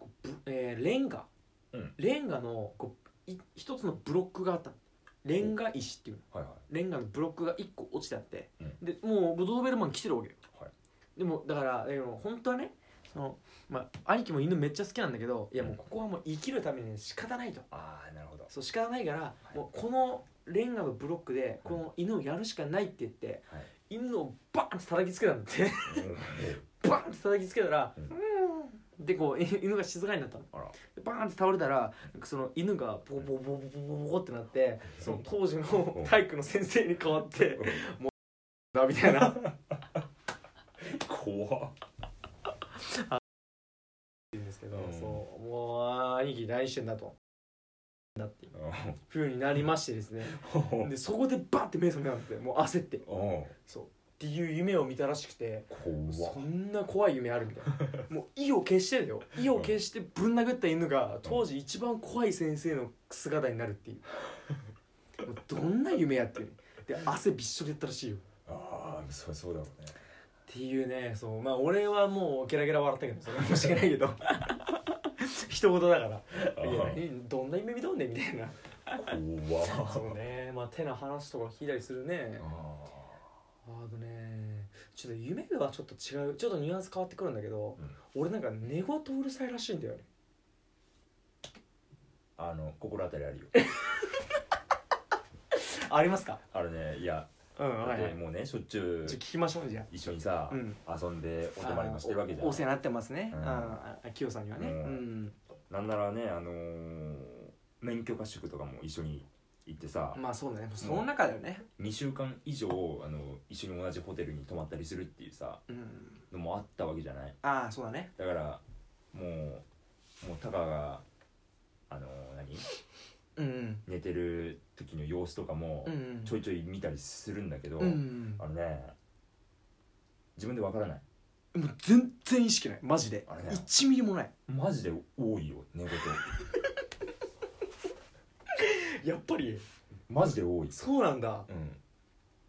S1: うぶ、えーレンガ、
S2: うん
S1: レンガのこうい一つのブロックがあったのレンガ石っていうの
S2: はいは
S1: レンガのブロックが一個落ちてあって、
S2: うん
S1: でもうドーベルマン来てるわけよ、
S2: はい
S1: でもだからでも本当はねそのまあ、兄貴も犬めっちゃ好きなんだけどいやもうここはもう生きるために仕方ないと
S2: ああなるほど
S1: そう仕方ないから、
S2: い
S1: もうこのレンガのブロックでこの犬をやるしかないって言って、
S2: はい
S1: 犬をバーンって叩きつけたんだってバーンって叩きつけたら、
S2: う
S1: うんん、でこうい犬が静かになったの
S2: あら
S1: でバーンって倒れたらなんかその犬がボコボコボコボコボコってなってその当時
S2: う
S1: の
S2: ん
S1: 体育の先生に代わって「な」みたいな
S2: 怖っ
S1: 言うんですけど、
S2: うん
S1: そうもう兄貴何してんだと。なっていう風になりましてですね
S2: ほ
S1: でそこでバーって目覚めたんでもう焦って
S2: うん
S1: そうっていう夢を見たらしくて
S2: 怖っ
S1: そんな怖い夢あるみたい なもう意を決してだよ意を決してぶん殴った犬が当時一番怖い先生の姿になるっていうもうどんな夢やってるで汗びっしょりやったらしいよ
S2: ああそうそうだろうね
S1: っていうねそうまあ俺はもうゲラゲラ笑ったけどそれは申し訳ないけ ど一言だから「いや何どんな夢見とんねん」みたいな
S2: 怖っ
S1: そうねまあ手の話とか聞いたりするね
S2: あ
S1: あのねちょっと夢はちょっと違うちょっとニュアンス変わってくるんだけど、俺なんか寝言うるさいらしいんだよね
S2: ああの心当たりあるよ
S1: ありますか
S2: あのねいや
S1: うん
S2: だってもうねしょっちゅう
S1: ちょっと聞きましょうじゃ
S2: 一緒にさ
S1: うん
S2: 遊んでお泊まりもしてるわけじゃ
S1: あ
S2: ん
S1: おお世話になってますね
S2: う
S1: うんんああきよさんにはね
S2: う
S1: うんん
S2: なんならねあのー免許合宿とかも一緒に行ってさ
S1: まあそうだねその中だよね
S2: 2週間以上あの一緒に同じホテルに泊まったりするっていうさ
S1: うん
S2: のもあったわけじゃない
S1: ああそうだね
S2: だからもうもうタカがあのー何
S1: うん
S2: 寝てる時の様子とかも
S1: うんうん
S2: ちょいちょい見たりするんだけど、
S1: うんうん
S2: あのね自分でわからない
S1: もう全然意識ないマジで
S2: あれね
S1: 1ミリもない
S2: マジで多いよ寝言
S1: やっぱり
S2: マジで多い
S1: そうなんだ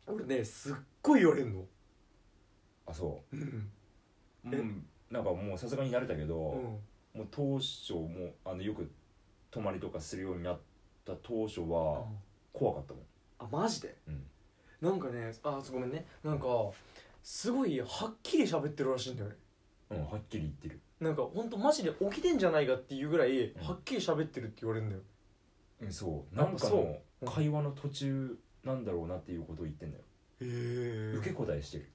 S2: うん
S1: 俺ねすっごい言われんの
S2: あそ
S1: うん
S2: ううんなんかもうさすがに慣れたけど、もう当初もうあのよく泊まりとかするようになった当初
S1: う
S2: は
S1: ん
S2: 怖かったもん、
S1: あマジで
S2: うん、
S1: なんかねあごめんねなんかすごいはっきり喋ってるらしいんだよね
S2: うん、はっきり言ってる
S1: なんかほんとマジで起きてんじゃないかっていうぐらい
S2: うん
S1: はっきり喋ってるって言われるんだよ
S2: うんそう
S1: な
S2: なんん
S1: か
S2: か
S1: そう
S2: の会話の途中なんだろうなっていうことを言ってんだよ、
S1: へ
S2: 受け答えしてる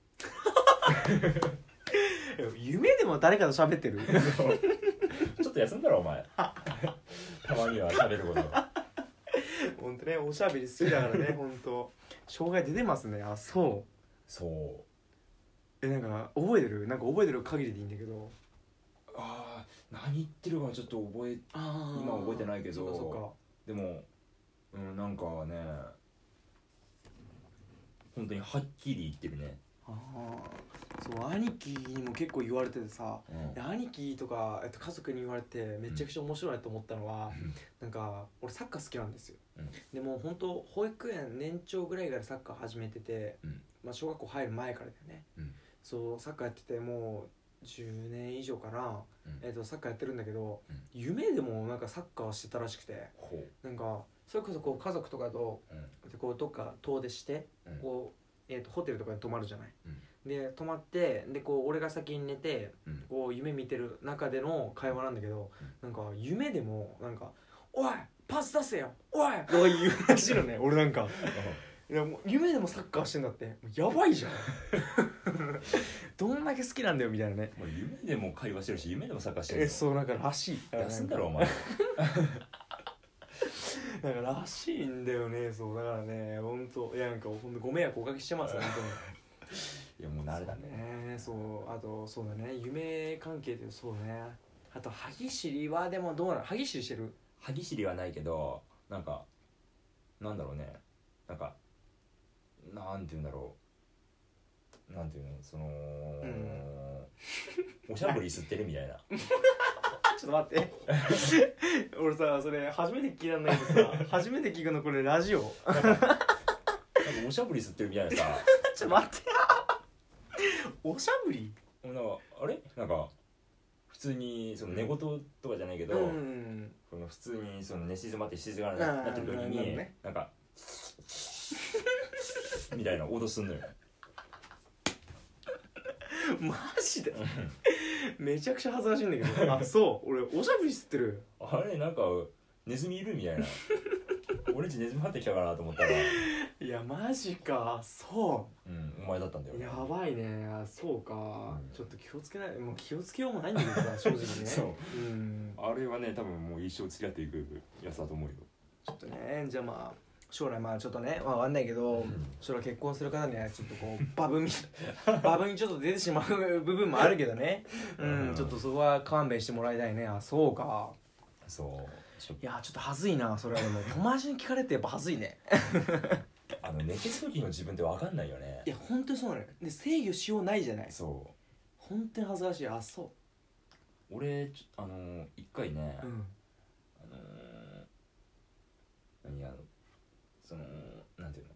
S1: え夢でも誰かと喋ってる
S2: ちょっと休んだろお前たまには喋ることが
S1: ほんとねおしゃべり好きだから ねほんと障害出てますねあそ
S2: そ
S1: う
S2: う
S1: えなんか覚えてるなんか覚えてる限りでいいんだけど
S2: ああ何言ってるかはちょっと覚え
S1: あ
S2: 今覚えてないけど
S1: そっかそっか
S2: でもうんなんかね本当にはっきり言ってるね、
S1: ああそう兄貴にも結構言われててさ
S2: うん
S1: で兄貴とか、えっと、家族に言われてめちゃくちゃ面白いなと思ったのは、なんか俺サッカー好きなんですよ、
S2: うん
S1: でも本当保育園年長ぐらいからサッカー始めてて、
S2: うん
S1: まあ、小学校入る前からだよね、
S2: うん
S1: そうサッカーやっててもう10年以上かな、
S2: うん
S1: えっと、サッカーやってるんだけど、
S2: うん
S1: 夢でもなんかサッカーしてたらしくて
S2: ほう
S1: なんかそれこそこう家族とかと
S2: うん
S1: でこうどっか遠出して
S2: うん
S1: こう、えー、とホテルとかに泊まるじゃない、
S2: うん
S1: で泊まってでこう俺が先に寝て
S2: うん
S1: こう夢見てる中での会話なんだけど、なんか夢でもなんか「おいパス出せよ おい!」とか言うらしいの ね俺なんかいやもう夢でもサッカーしてんだってもうやばいじゃん どんだけ好きなんだよみたいなね
S2: もう夢でも会話してるし夢でもサッカーしてる
S1: え
S2: よ
S1: そうなんからしい
S2: 休んだろお前
S1: なんからしいんだよねそうだからね本当いやなんか本当ご迷惑おかけしてます本当に
S2: いやもう 慣れたね
S1: ねそうあとそうだね夢関係でそうねあと歯ぎしりはでもどうなの歯ぎしりしてる
S2: 歯ぎしりはないけどなんかなんだろうねなんかなんて言うんだろうなんて言うのその、おしゃぶり吸ってる みたいな
S1: あちょっと待って 俺さそれ初めて聞いたんだけどさ初めて聞くのこれラジオちょ
S2: なんかおしゃぶり吸ってるみたいなさ
S1: っと待って おしゃぶり
S2: もうなんかあれなんか普通にその寝言とかじゃないけど、
S1: うん
S2: この普通にその寝静まって静かに
S1: あー
S2: なってる時
S1: なるほ
S2: に
S1: ど
S2: な,、
S1: ね
S2: んか みたいな音すんのよ
S1: マジで めちゃくちゃ恥ずかしいんだけどあそう俺おしゃぶり吸ってる
S2: あれなんかネズミいるみたい な俺んちネズミ入ってきたかなと思ったら、
S1: いやマジかそ
S2: うん、お前だったんだよ
S1: うやばいねあそうか、
S2: ん
S1: ちょっと気をつけないもう気をつけようもないんだけどさ正直ね
S2: そう
S1: うん
S2: あれはね多分もう一生付き合っていくやつだと思うよ
S1: ちょっとねじゃあまあ将来まあちょっとねわかんないけど
S2: ん
S1: それは結婚する方にはちょっとこうバブに バブにちょっと出てしまう部分もあるけどねうん、
S2: うん
S1: ちょっとそこは勘弁してもらいたいねあそうか
S2: そうしょ
S1: いやちょっと恥ずいなそれはで も友達に聞かれてやっぱ恥ずいね
S2: あの寝てる時の自分って分かんないよね
S1: いや本当にそうなのよで制御しようないじゃない
S2: そ
S1: 本当に恥ずかしいあそう
S2: 俺ちょあのー一回ね、
S1: ううん
S2: あのー何あのそのなんていうの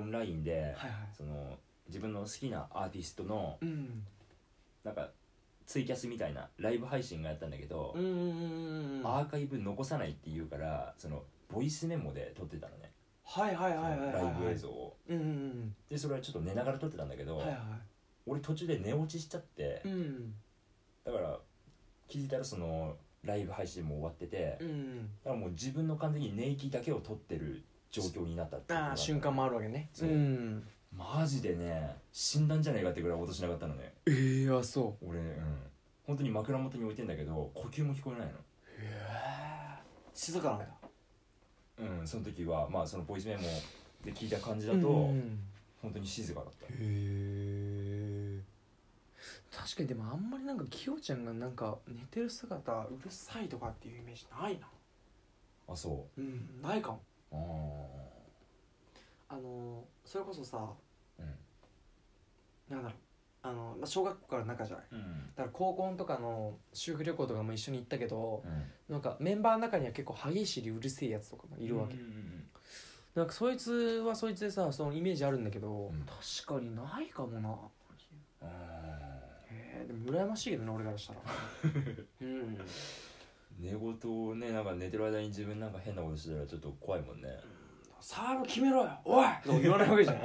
S2: オンラインで、
S1: はいはい
S2: その自分の好きなアーティストの
S1: うん
S2: なんかツイキャスみたいなライブ配信がやったんだけど、
S1: うんうんうんうん
S2: ア
S1: は
S2: ーカイブ残さないって言うからそのボイスメモで撮ってたのね、
S1: いはいはいはいは
S2: その
S1: い
S2: ライブ
S1: は
S2: 映
S1: い
S2: 像を
S1: うんうん
S2: でそれはちょっと寝ながら撮ってたんだけ
S1: う
S2: ど、
S1: んはいはい
S2: 俺途中で寝落ちしちゃって、
S1: うん
S2: だから気づいたらそのライブ配信も終わってて、
S1: う
S2: だ
S1: ん
S2: からもう自分の完全に寝息だけを撮ってる状況になったっていうのが
S1: ああ瞬間もあるわけね
S2: そうんマジでね死んだんじゃないかってぐらい音しなかったのね
S1: ええあそ
S2: 俺うん本当に枕元に置いてんだけど呼吸も聞こえないの
S1: うへえ静かなんだ
S2: うん、その時はまあそのボイスメモで聞いた感じだ
S1: う
S2: と、
S1: ん
S2: 本当に静かだった
S1: へえ確かにでもあんまりなんかきよちゃんがなんか寝てる姿うるさいとかっていうイメージないな
S2: あそ
S1: うんないかも
S2: うあ
S1: あのーそれこそさ
S2: ーうん
S1: なんだろうあのまあ小学校から仲じゃない
S2: うん
S1: だから高校とかの修復旅行とかも一緒に行ったけどなんかメンバーの中には結構歯ぎしりうるせえやつとかもいるわけ、
S2: うんうん
S1: なんかそいつはそいつでさそのイメージあるんだけど、
S2: うん
S1: 確かにないかもな
S2: うんうんあ
S1: へえでも羨ましいけどね俺から したらうん
S2: ー寝言をねなんか寝てる間に自分なんか変なことしてたらちょっと怖いもんね
S1: サーブ決めろよおいとか言わないわ けじゃん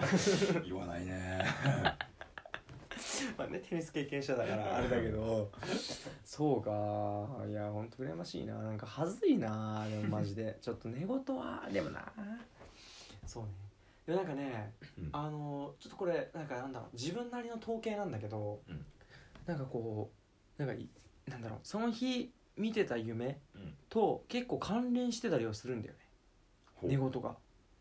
S2: 言わないね
S1: まあねテニス経験者だからあれだけど そうかいやほんと羨ましいななんか恥ずいなでもマジ でちょっと寝言はでもなそうねでもなんかね、
S2: うん
S1: あのちょっとこれなんかなんだろう自分なりの統計なんだけど、
S2: うん
S1: なんかこうなんかいなんだろうその日見てた夢
S2: うん
S1: と結構関連してたりはするんだよね、
S2: ほう
S1: 寝言がだか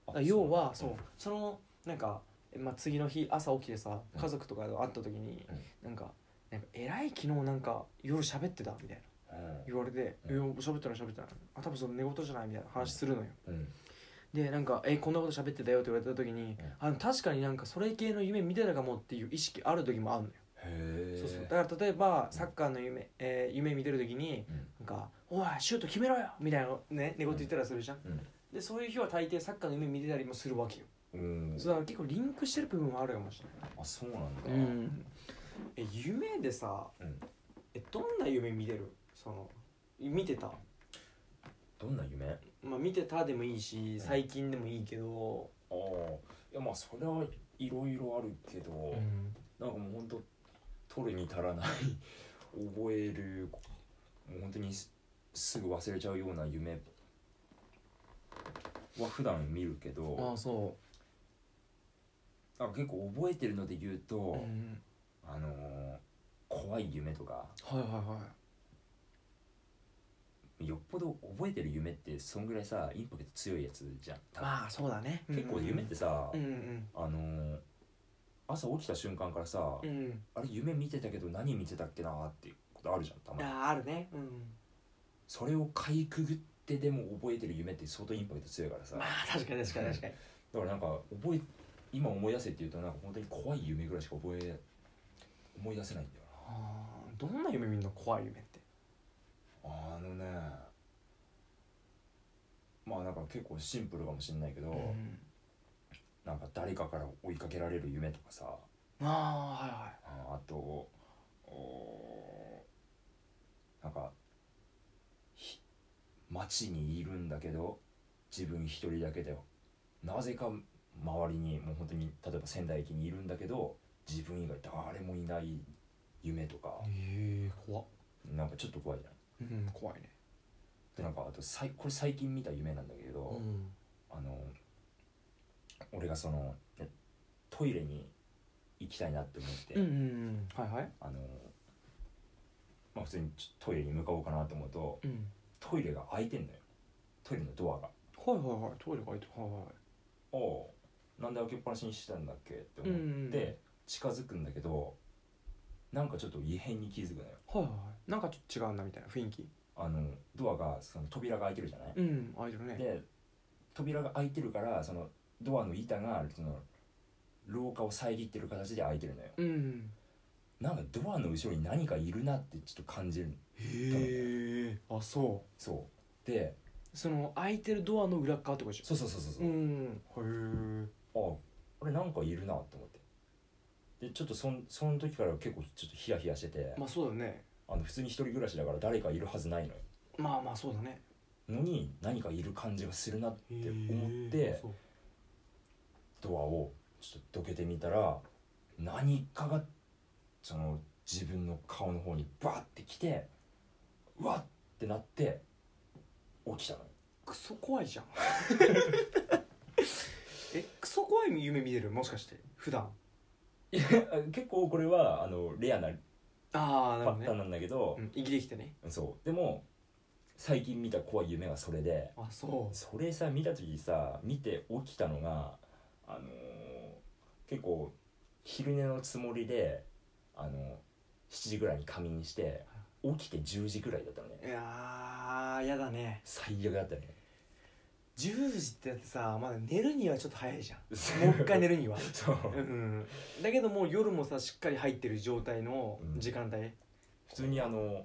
S1: ら
S2: あ
S1: 要はそ
S2: そう
S1: うそのなんか、まあ、次の日朝起きてさ
S2: うん
S1: 家族とかと会った時に、
S2: うん
S1: なんか「なんか偉い昨日なんか夜喋ってた」みたいな
S2: あう
S1: 言われて「
S2: う
S1: え
S2: ん
S1: 喋ったの喋ったのあ多分その寝言じゃない」みたいな話するのよ
S2: んうん
S1: でなんか「えこんなこと喋ってたよ」って言われた時に
S2: うん
S1: あの確かになんかそれ系の夢見てたかもっていう意識ある時もあるのよ
S2: へえ
S1: そうそうだから例えばサッカーの夢,、えー夢見てる時に
S2: うん
S1: なんか「おいシュート決めろよ」みたいなのね寝言言ったらするじゃん、
S2: うん
S1: でそういう日は大抵サッカーの夢見てたりもするわけよ、
S2: うん
S1: そうだから結構リンクしてる部分もあるかもしれない
S2: あそうなんだ、
S1: え夢でさ、
S2: うん
S1: えどんな夢見てるその見てた
S2: どんな夢あ
S1: まあ見てたでもいいし
S2: ん
S1: 最近でもいいけど、
S2: あいやまあそれはいろいろあるけど、なんかもうほんと取るに足らない覚えるもう本当にすすぐ忘れちゃうような夢は普段見るけど
S1: あそ
S2: なんか結構覚えてるので言うと、
S1: ううん
S2: あのー怖い夢とか
S1: はいはいは
S2: よっぽど覚えてる夢ってそんぐらいさインパクト強いやつじゃん
S1: い
S2: 多分
S1: まあそうだね
S2: 結構夢ってさ、
S1: うんうん
S2: あのー朝起きた瞬間からさ、
S1: うん、うん
S2: あれ夢見てたけど何見てたっけなーっていうことあるじゃんたまに
S1: ああるねうん
S2: それをかいくぐってでも覚えてる夢って相当インパクト強いからさ
S1: まあ確かに確かに確かに
S2: だからなんか覚え今思い出せっていうとなんか本当に怖い夢ぐらいしか覚え思い出せないんだよ
S1: あーどんな夢見んの怖い夢って
S2: なあのねまあなんか結構シンプルかもしれないけど、
S1: うん
S2: なんか誰かから追いかけられる夢とかさ
S1: ああはいはい
S2: ああとおーなんかひ街にいるんだけど自分一人だけだよなぜか周りにもう本当に例えば仙台駅にいるんだけど自分以外誰もいない夢とか
S1: ええ怖っ
S2: なんかちょっと怖いじゃん
S1: うん怖いね
S2: でなんかあとさいこれ最近見た夢なんだけど、
S1: ん
S2: あの俺がそのねトイレに行きたいなって思って、
S1: うんうんはいはい
S2: あのまあ普通にちょトイレに向かおうかなと思うと
S1: うん
S2: トイレが開いてんのよトイレのドアが
S1: はいはいはいトイレが開いてるはいはい
S2: おおうなんで開けっぱなしにしてたんだっけって思
S1: うんう
S2: っ
S1: ん
S2: て近づくんだけどなんかちょっと異変に気づくのよ
S1: はいはいはいなんかちょっと違うなみたいな雰囲気
S2: あのドアがその扉が開いてるじゃない、
S1: うん開いてるね
S2: で扉が開いてるからそのドアの板がその廊下を遮ってる形で開いてるのよ
S1: うん
S2: なんかドアの後ろに何かいるなってちょっと感じるの
S1: へえあそ
S2: そうで
S1: うその開いてるドアの裏っ側ってことでし
S2: そうそうそうそうそう
S1: ょうんへえ
S2: ああれなんかいるなと思ってでちょっとそんその時から結構ちょっとヒヤヒヤしてて、
S1: まあそうだね
S2: あの普通に一人暮らしだから誰かいるはずないのよ
S1: まあまあそうだね
S2: のに何かいる感じがするなって思っ
S1: へー
S2: て
S1: そう
S2: ドアをちょっとどけてみたら何かがその自分の顔の方にバーって来てうわっってなって起きたのよ
S1: クソ怖いじゃん えクソ怖い夢見てるもしかして普段
S2: いや結構これはあのレアな
S1: ああなるほ
S2: パ
S1: ど
S2: ターン
S1: ね、
S2: なんだけど
S1: うん、生きてきてね
S2: そうでも最近見た怖い夢がそれで
S1: あそう
S2: それさ見た時さ見て起きたのがあのー結構昼寝のつもりで、あのー7時ぐらいに仮眠して起きて10時ぐらいだったのね
S1: いやーやだね
S2: 最悪だったね
S1: 10時ってだってさまだ寝るにはちょっと早いじゃんもう一回寝るには
S2: そう
S1: うんだけどもう夜もさしっかり入ってる状態の時間帯
S2: 普通にあのー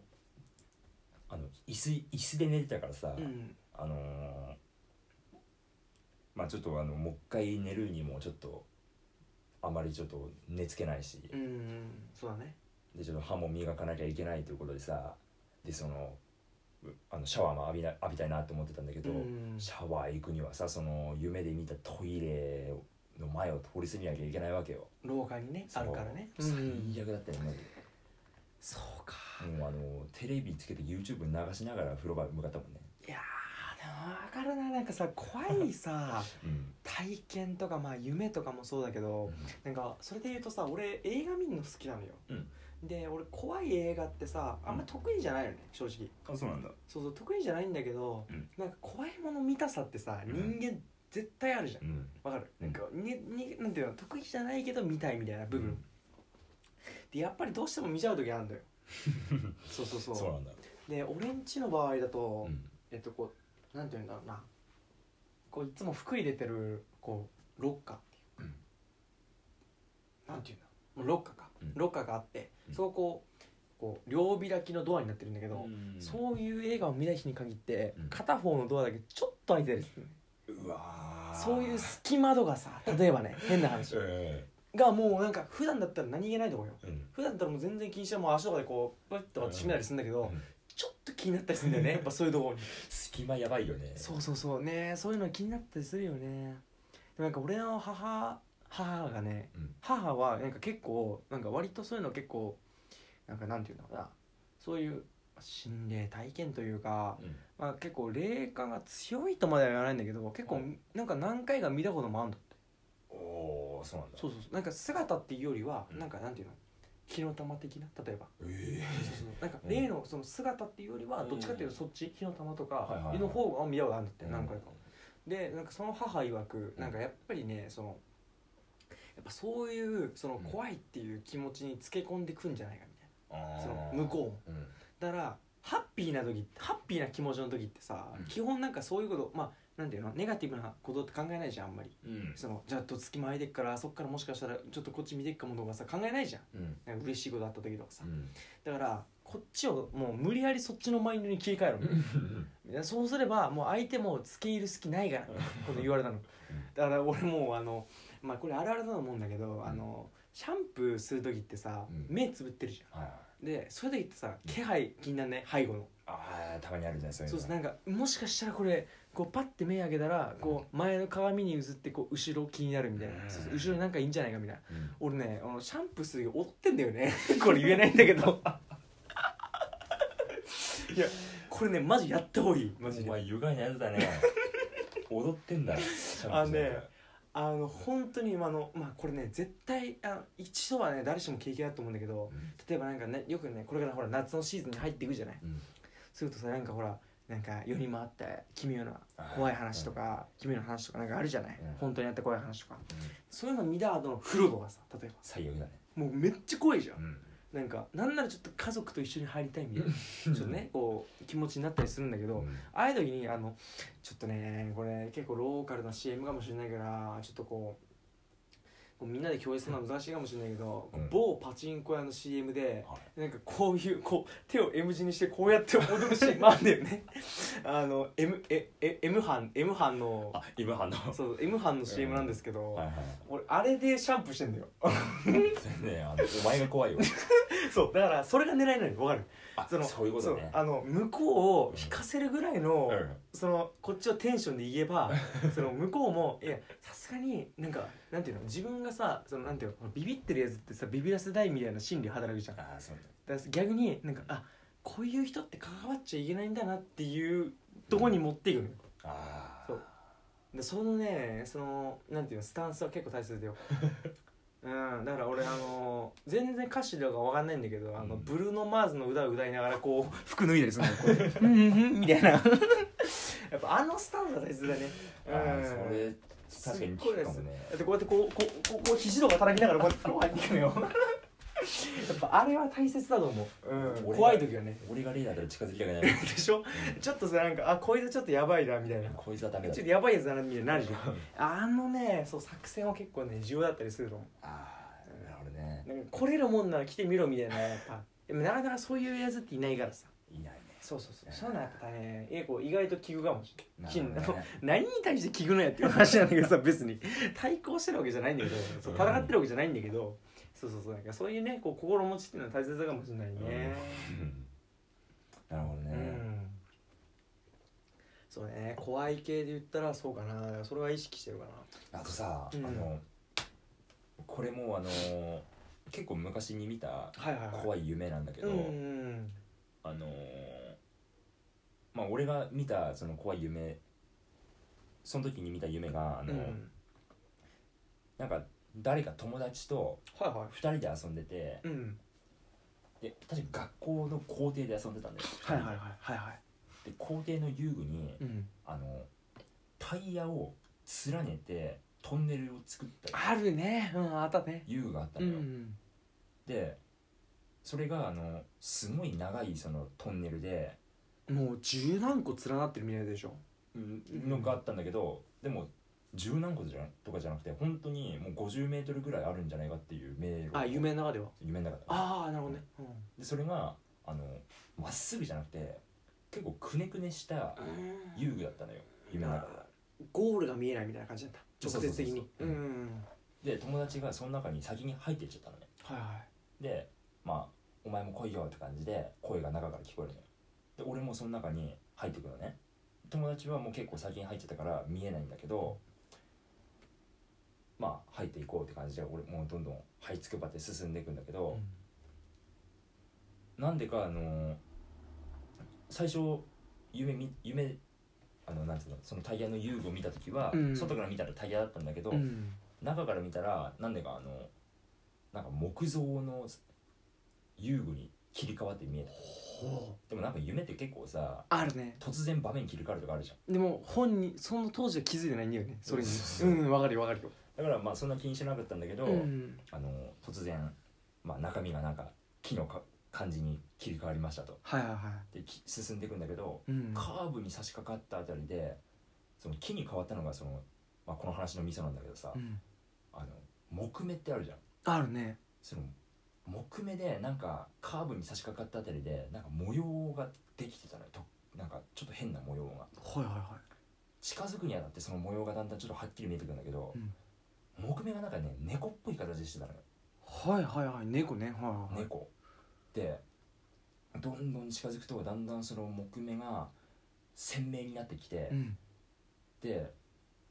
S2: あの椅子椅子で寝てたからさ、
S1: うん
S2: あのーまあちょっとあのもう一回寝るにもちょっとあまりちょっと寝つけないし、
S1: うん、そうだね
S2: でちょっと歯も磨かなきゃいけないということでさでそのうあのシャワーも浴びな浴びたいなと思ってたんだけど、
S1: うん
S2: シャワー行くにはさその夢で見たトイレの前を通り過ぎなきゃいけないわけよ
S1: 廊下にねあるからね
S2: そう最
S1: うん
S2: 悪だったよね、
S1: そうか
S2: もうあのテレビつけて YouTube 流しながら風呂場向かったもんね、
S1: いやーでも分かるななんかさ怖い さ
S2: うん
S1: 体験とかまあ夢とかもそうだけど、なんかそれで言うとさ俺映画見るの好きなのよ、
S2: うん
S1: で俺怖い映画ってさあんま得意じゃないのね正直
S2: あそうなんだ
S1: そうそう得意じゃないんだけど、
S2: うん
S1: なんか怖いもの見たさってさ
S2: うん
S1: 人間絶対あるじゃん
S2: うん
S1: わかる
S2: うん
S1: なんかにになんていうの得意じゃないけど見たいみたいな部 分、でやっぱりどうしても見ちゃう時あるんだよそうそうそう
S2: そうなんだ
S1: で俺んちの場合だと、
S2: うん
S1: えっとこうなんて言うんだろうなこういつも服入れてるこうロッカーっていうか、なんて言うんだろうもうロッカーか、
S2: うん
S1: ロッカーがあって、
S2: うん
S1: そここうこう両開きのドアになってるんだけど、そういう映画を見ない日に限って、
S2: うん
S1: 片方のドアだけちょっと開いてるんですね
S2: うわー
S1: そういう隙間とかさ 例えばね変な話がもうなんか普段だったら何気ないとこよ
S2: うんうん
S1: 普段だったらもう全然気にしてもう足とかでこうプッと閉めたりするんだけど、
S2: うん
S1: ちょっと気になったりするんだよ ねやっぱそういうところに
S2: 隙間やばいよね
S1: そうそうそうねそういうの気になったりするよねでもなんか俺の母母がね
S2: うん
S1: 母はなんか結構なんか割とそういうの結構なんかなんていうんだろうなそういう心霊体験というか、
S2: うん
S1: まあ、結構霊感が強いとまでは言わないんだけど結構
S2: はい
S1: なんか何回か見たこともあるんだって
S2: おおそうなんだ
S1: そうそうそうなんか姿っていうよりは
S2: うん
S1: なんかなんていうの火の玉的な例えば
S2: え
S1: そうそうなんか
S2: うん
S1: 霊のその姿っていうよりはどっちかっていうとそっち火の玉と
S2: はいはい
S1: か
S2: はい
S1: の方が見たことあるんだって
S2: え
S1: 何回かでなんかその母曰く
S2: うん
S1: なんかやっぱりねそのやっぱそういうその
S2: うん
S1: 怖いっていう気持ちにつけ込んでくんじゃないかみたい
S2: あー
S1: その向こ
S2: ううん
S1: なだからハッピーな時ハッピーな気持ちの時ってさ、
S2: うん
S1: 基本なんかそういうことまあなんていうのネガティブなことって考えないじゃんあんまり
S2: うん
S1: そのじゃあどつきまいてっからそっからもしかしたらちょっとこっち見てっかもとかさ考えないじゃん
S2: うん
S1: なんか嬉しいことあった時とかさ、
S2: うん
S1: だからこっちをもう無理やりそっちのマインドに切り替えろみたいなみんなそうすればもう相手も付け入る隙ないからこと言われたのだから俺もうあのまあこれあるあるだと思うんだけどあのシャンプーする時ってさ
S2: うん
S1: 目つぶってるじゃ
S2: はいはい
S1: んでそういう時ってさ気配気になんない背後の
S2: ああたまにあるじゃないそういう
S1: そう
S2: の
S1: ですなんかもしかしたらこれこうパッて目開けたらこう前の鏡に映ってこう後ろ気になるみたいなそうそう後ろになんかいいんじゃないかみたいな
S2: うん
S1: 俺ねあのシャンプーする時追ってんだよ ねこれ言えないんだけどいやこれねマジやった方がいいマジ
S2: お
S1: で
S2: 前歪いなやつだね踊ってんだ
S1: あのねあの本当に今のまあこれね絶対あの一度はね誰しも経験だと思うんだけど例えばなんかねよくねこれからほら夏のシーズンに入っていくじゃない
S2: うん
S1: するとさなんかほらなんか世に回って奇妙な怖い話とか奇妙な話とかなんかあるじゃない
S2: うん
S1: 本当にあった怖い話とか
S2: うん
S1: そういうの見た後の風呂とかさ例えば
S2: 最悪だね
S1: もうめっちゃ怖いじゃん
S2: うん
S1: なんかなんならちょっと家族と一緒に入りたいみたいなちょっとねこう気持ちになったりするんだけど、
S2: うん
S1: ああいう時にあのちょっとねこれ結構ローカルな CM かもしれないからちょっとこうこうみんなで共有するのは難しいかもしれないけど、
S2: うん
S1: 某パチンコ屋の CM で
S2: は
S1: なんかこういうこう手を M 字にしてこうやって踊る CM あんだよねあの M, ええ M 班 M 班の
S2: あ今反応
S1: そう M 班の CM なんですけど、
S2: はいはい
S1: 俺あれでシャンプーしてんだよ
S2: それねあのお前が怖いよ
S1: そうだからそれが狙いなのよわかる
S2: あ
S1: の
S2: そういうことね
S1: そうあの向こうを引かせるぐらいの、
S2: うん
S1: そのこっちのテンションで言え ばその向こうもいやさすがになんかなんていうの自分がさそのなんていうのビビってるやつってさビビらせたいみたいな心理働くじゃんだか
S2: あそうね
S1: ら逆になんかあこういう人って関わっちゃいけないんだなっていうとこに持っていくのよ
S2: ああ
S1: そうでそのねそのなんていうのスタンスは結構大切だ ようんだから俺あの全然歌詞とかわかんないんだけどあの、
S2: うん
S1: ブルーノ・マーズの歌を歌いながらこ う服脱いだりするのよこうやってうんうんうんみたいな やっぱあのスタンスが大切だね
S2: あーそれ確かに
S1: すっごい
S2: 聞
S1: で
S2: く
S1: す
S2: かもね
S1: だってこうやってこうこうこうこう肘とか叩きながらこうやってこう入っていくのよやっぱあれは大切だと思う、うん、
S2: 俺が
S1: 怖い時はね
S2: 俺が例だったら近づきたくない
S1: でしょちょっとさなんかあこいつちょっとやばいなみたいな
S2: こいつはダメだ
S1: ちょっとやばいやつだなみたいになるじゃんあのねそう作戦は結構ね重要だったりするの
S2: ああなるほどね
S1: なんか来れるもんなら来てみろみたいなやっぱでもなかなかそういうやつっていないからさ
S2: いないね
S1: そうそうそうそういうのやっぱねえこう意外と聞くかもしれない
S2: なるほどね
S1: 何に対して聞くのやっていう話なんだ けどさ別に対抗してるわけじゃないんだけどそう戦ってるわけじゃないんだけど、そうそうそうなんかそういうねこう心持ちっていうのは大切だかもしれないね
S2: うん なるほど
S1: うん、
S2: ね
S1: そうね怖い系で言ったらそうかなだからそれは意識してるかな
S2: あとさあ
S1: うん
S2: のこれもうあのー結構昔に見た
S1: はいはいはい
S2: 怖い夢なんだけど
S1: うん
S2: あのーまあ俺が見たその怖い夢その時に見た夢があ
S1: うんう
S2: の
S1: ん、
S2: ーなんか誰か友達と
S1: はいは
S2: 2人で遊んでて
S1: いうん
S2: で確か学校の校庭で遊んでたんだよ
S1: はいはいはいはいはい
S2: で校庭の遊具に
S1: うん
S2: あのタイヤを連ねてトンネルを作った
S1: あるねうんあったね
S2: 遊具があった
S1: う
S2: のよ、
S1: ん
S2: でそれがあのすごい長いそのトンネルで、
S1: もう十何個連なってるみたいでしょ
S2: のがあったんだけどでも十何個じゃなとかじゃなくて本当にもう5 0ルぐらいあるんじゃないかっていう迷路
S1: あ夢の中では
S2: 夢の中で
S1: ああなるほどね、うん
S2: でそれがあのまっすぐじゃなくて結構くねくねした遊具だったのよ夢の中で。
S1: ゴールが見えないみたいな感じだった直接的に
S2: そうそうそうそう
S1: うんうんうん
S2: で友達がその中に先に入っていっちゃったのね
S1: はいはい
S2: でまあ「お前も来いよ」って感じで声が中から聞こえるのよで俺もその中に入ってくのね友達はもう結構先に入ってたから見えないんだけどまあ入っていこうって感じで俺もうどんどん這いつくばって進んでいくんだけど、なんでかあのー最初夢み夢あのなんていうのそのタイヤの遊具を見た時は、
S1: うん
S2: 外から見たらタイヤだったんだけど、
S1: うん
S2: 中から見たらなんでかあのなんか木造の遊具に切り替わって見えたでもなんか夢って結構さ
S1: あるね
S2: 突然場面切り替わるとかあるじゃん
S1: でも本にその当時は気づいてないんだよねそれに
S2: そううそうん
S1: わかるよわかるよ
S2: だからまあそんな気にしなかったんだけど、
S1: うん
S2: あの突然、まあ、中身がなんか木のか感じに切り替わりましたと
S1: はいはいは
S2: でき進んでいくんだけど、
S1: いうん
S2: カーブに差し掛かったあたりでその木に変わったのがその、まあ、この話のミソなんだけどさ、
S1: うん
S2: あの木目ってあるじゃん
S1: あるね
S2: その木目でなんかカーブに差し掛かったあたりでなんか模様ができてたのよとなんかちょっと変な模様が
S1: はいはいは
S2: 近づくにあたってその模様がだんだんちょっとはっきり見えてくるんだけど、
S1: うん
S2: 木目がなんかね猫っぽい形してたのよ
S1: いはいはいはい猫ねはいはいはい
S2: 猫でどんどん近づくとだんだんその木目が鮮明になってきて、
S1: うん
S2: で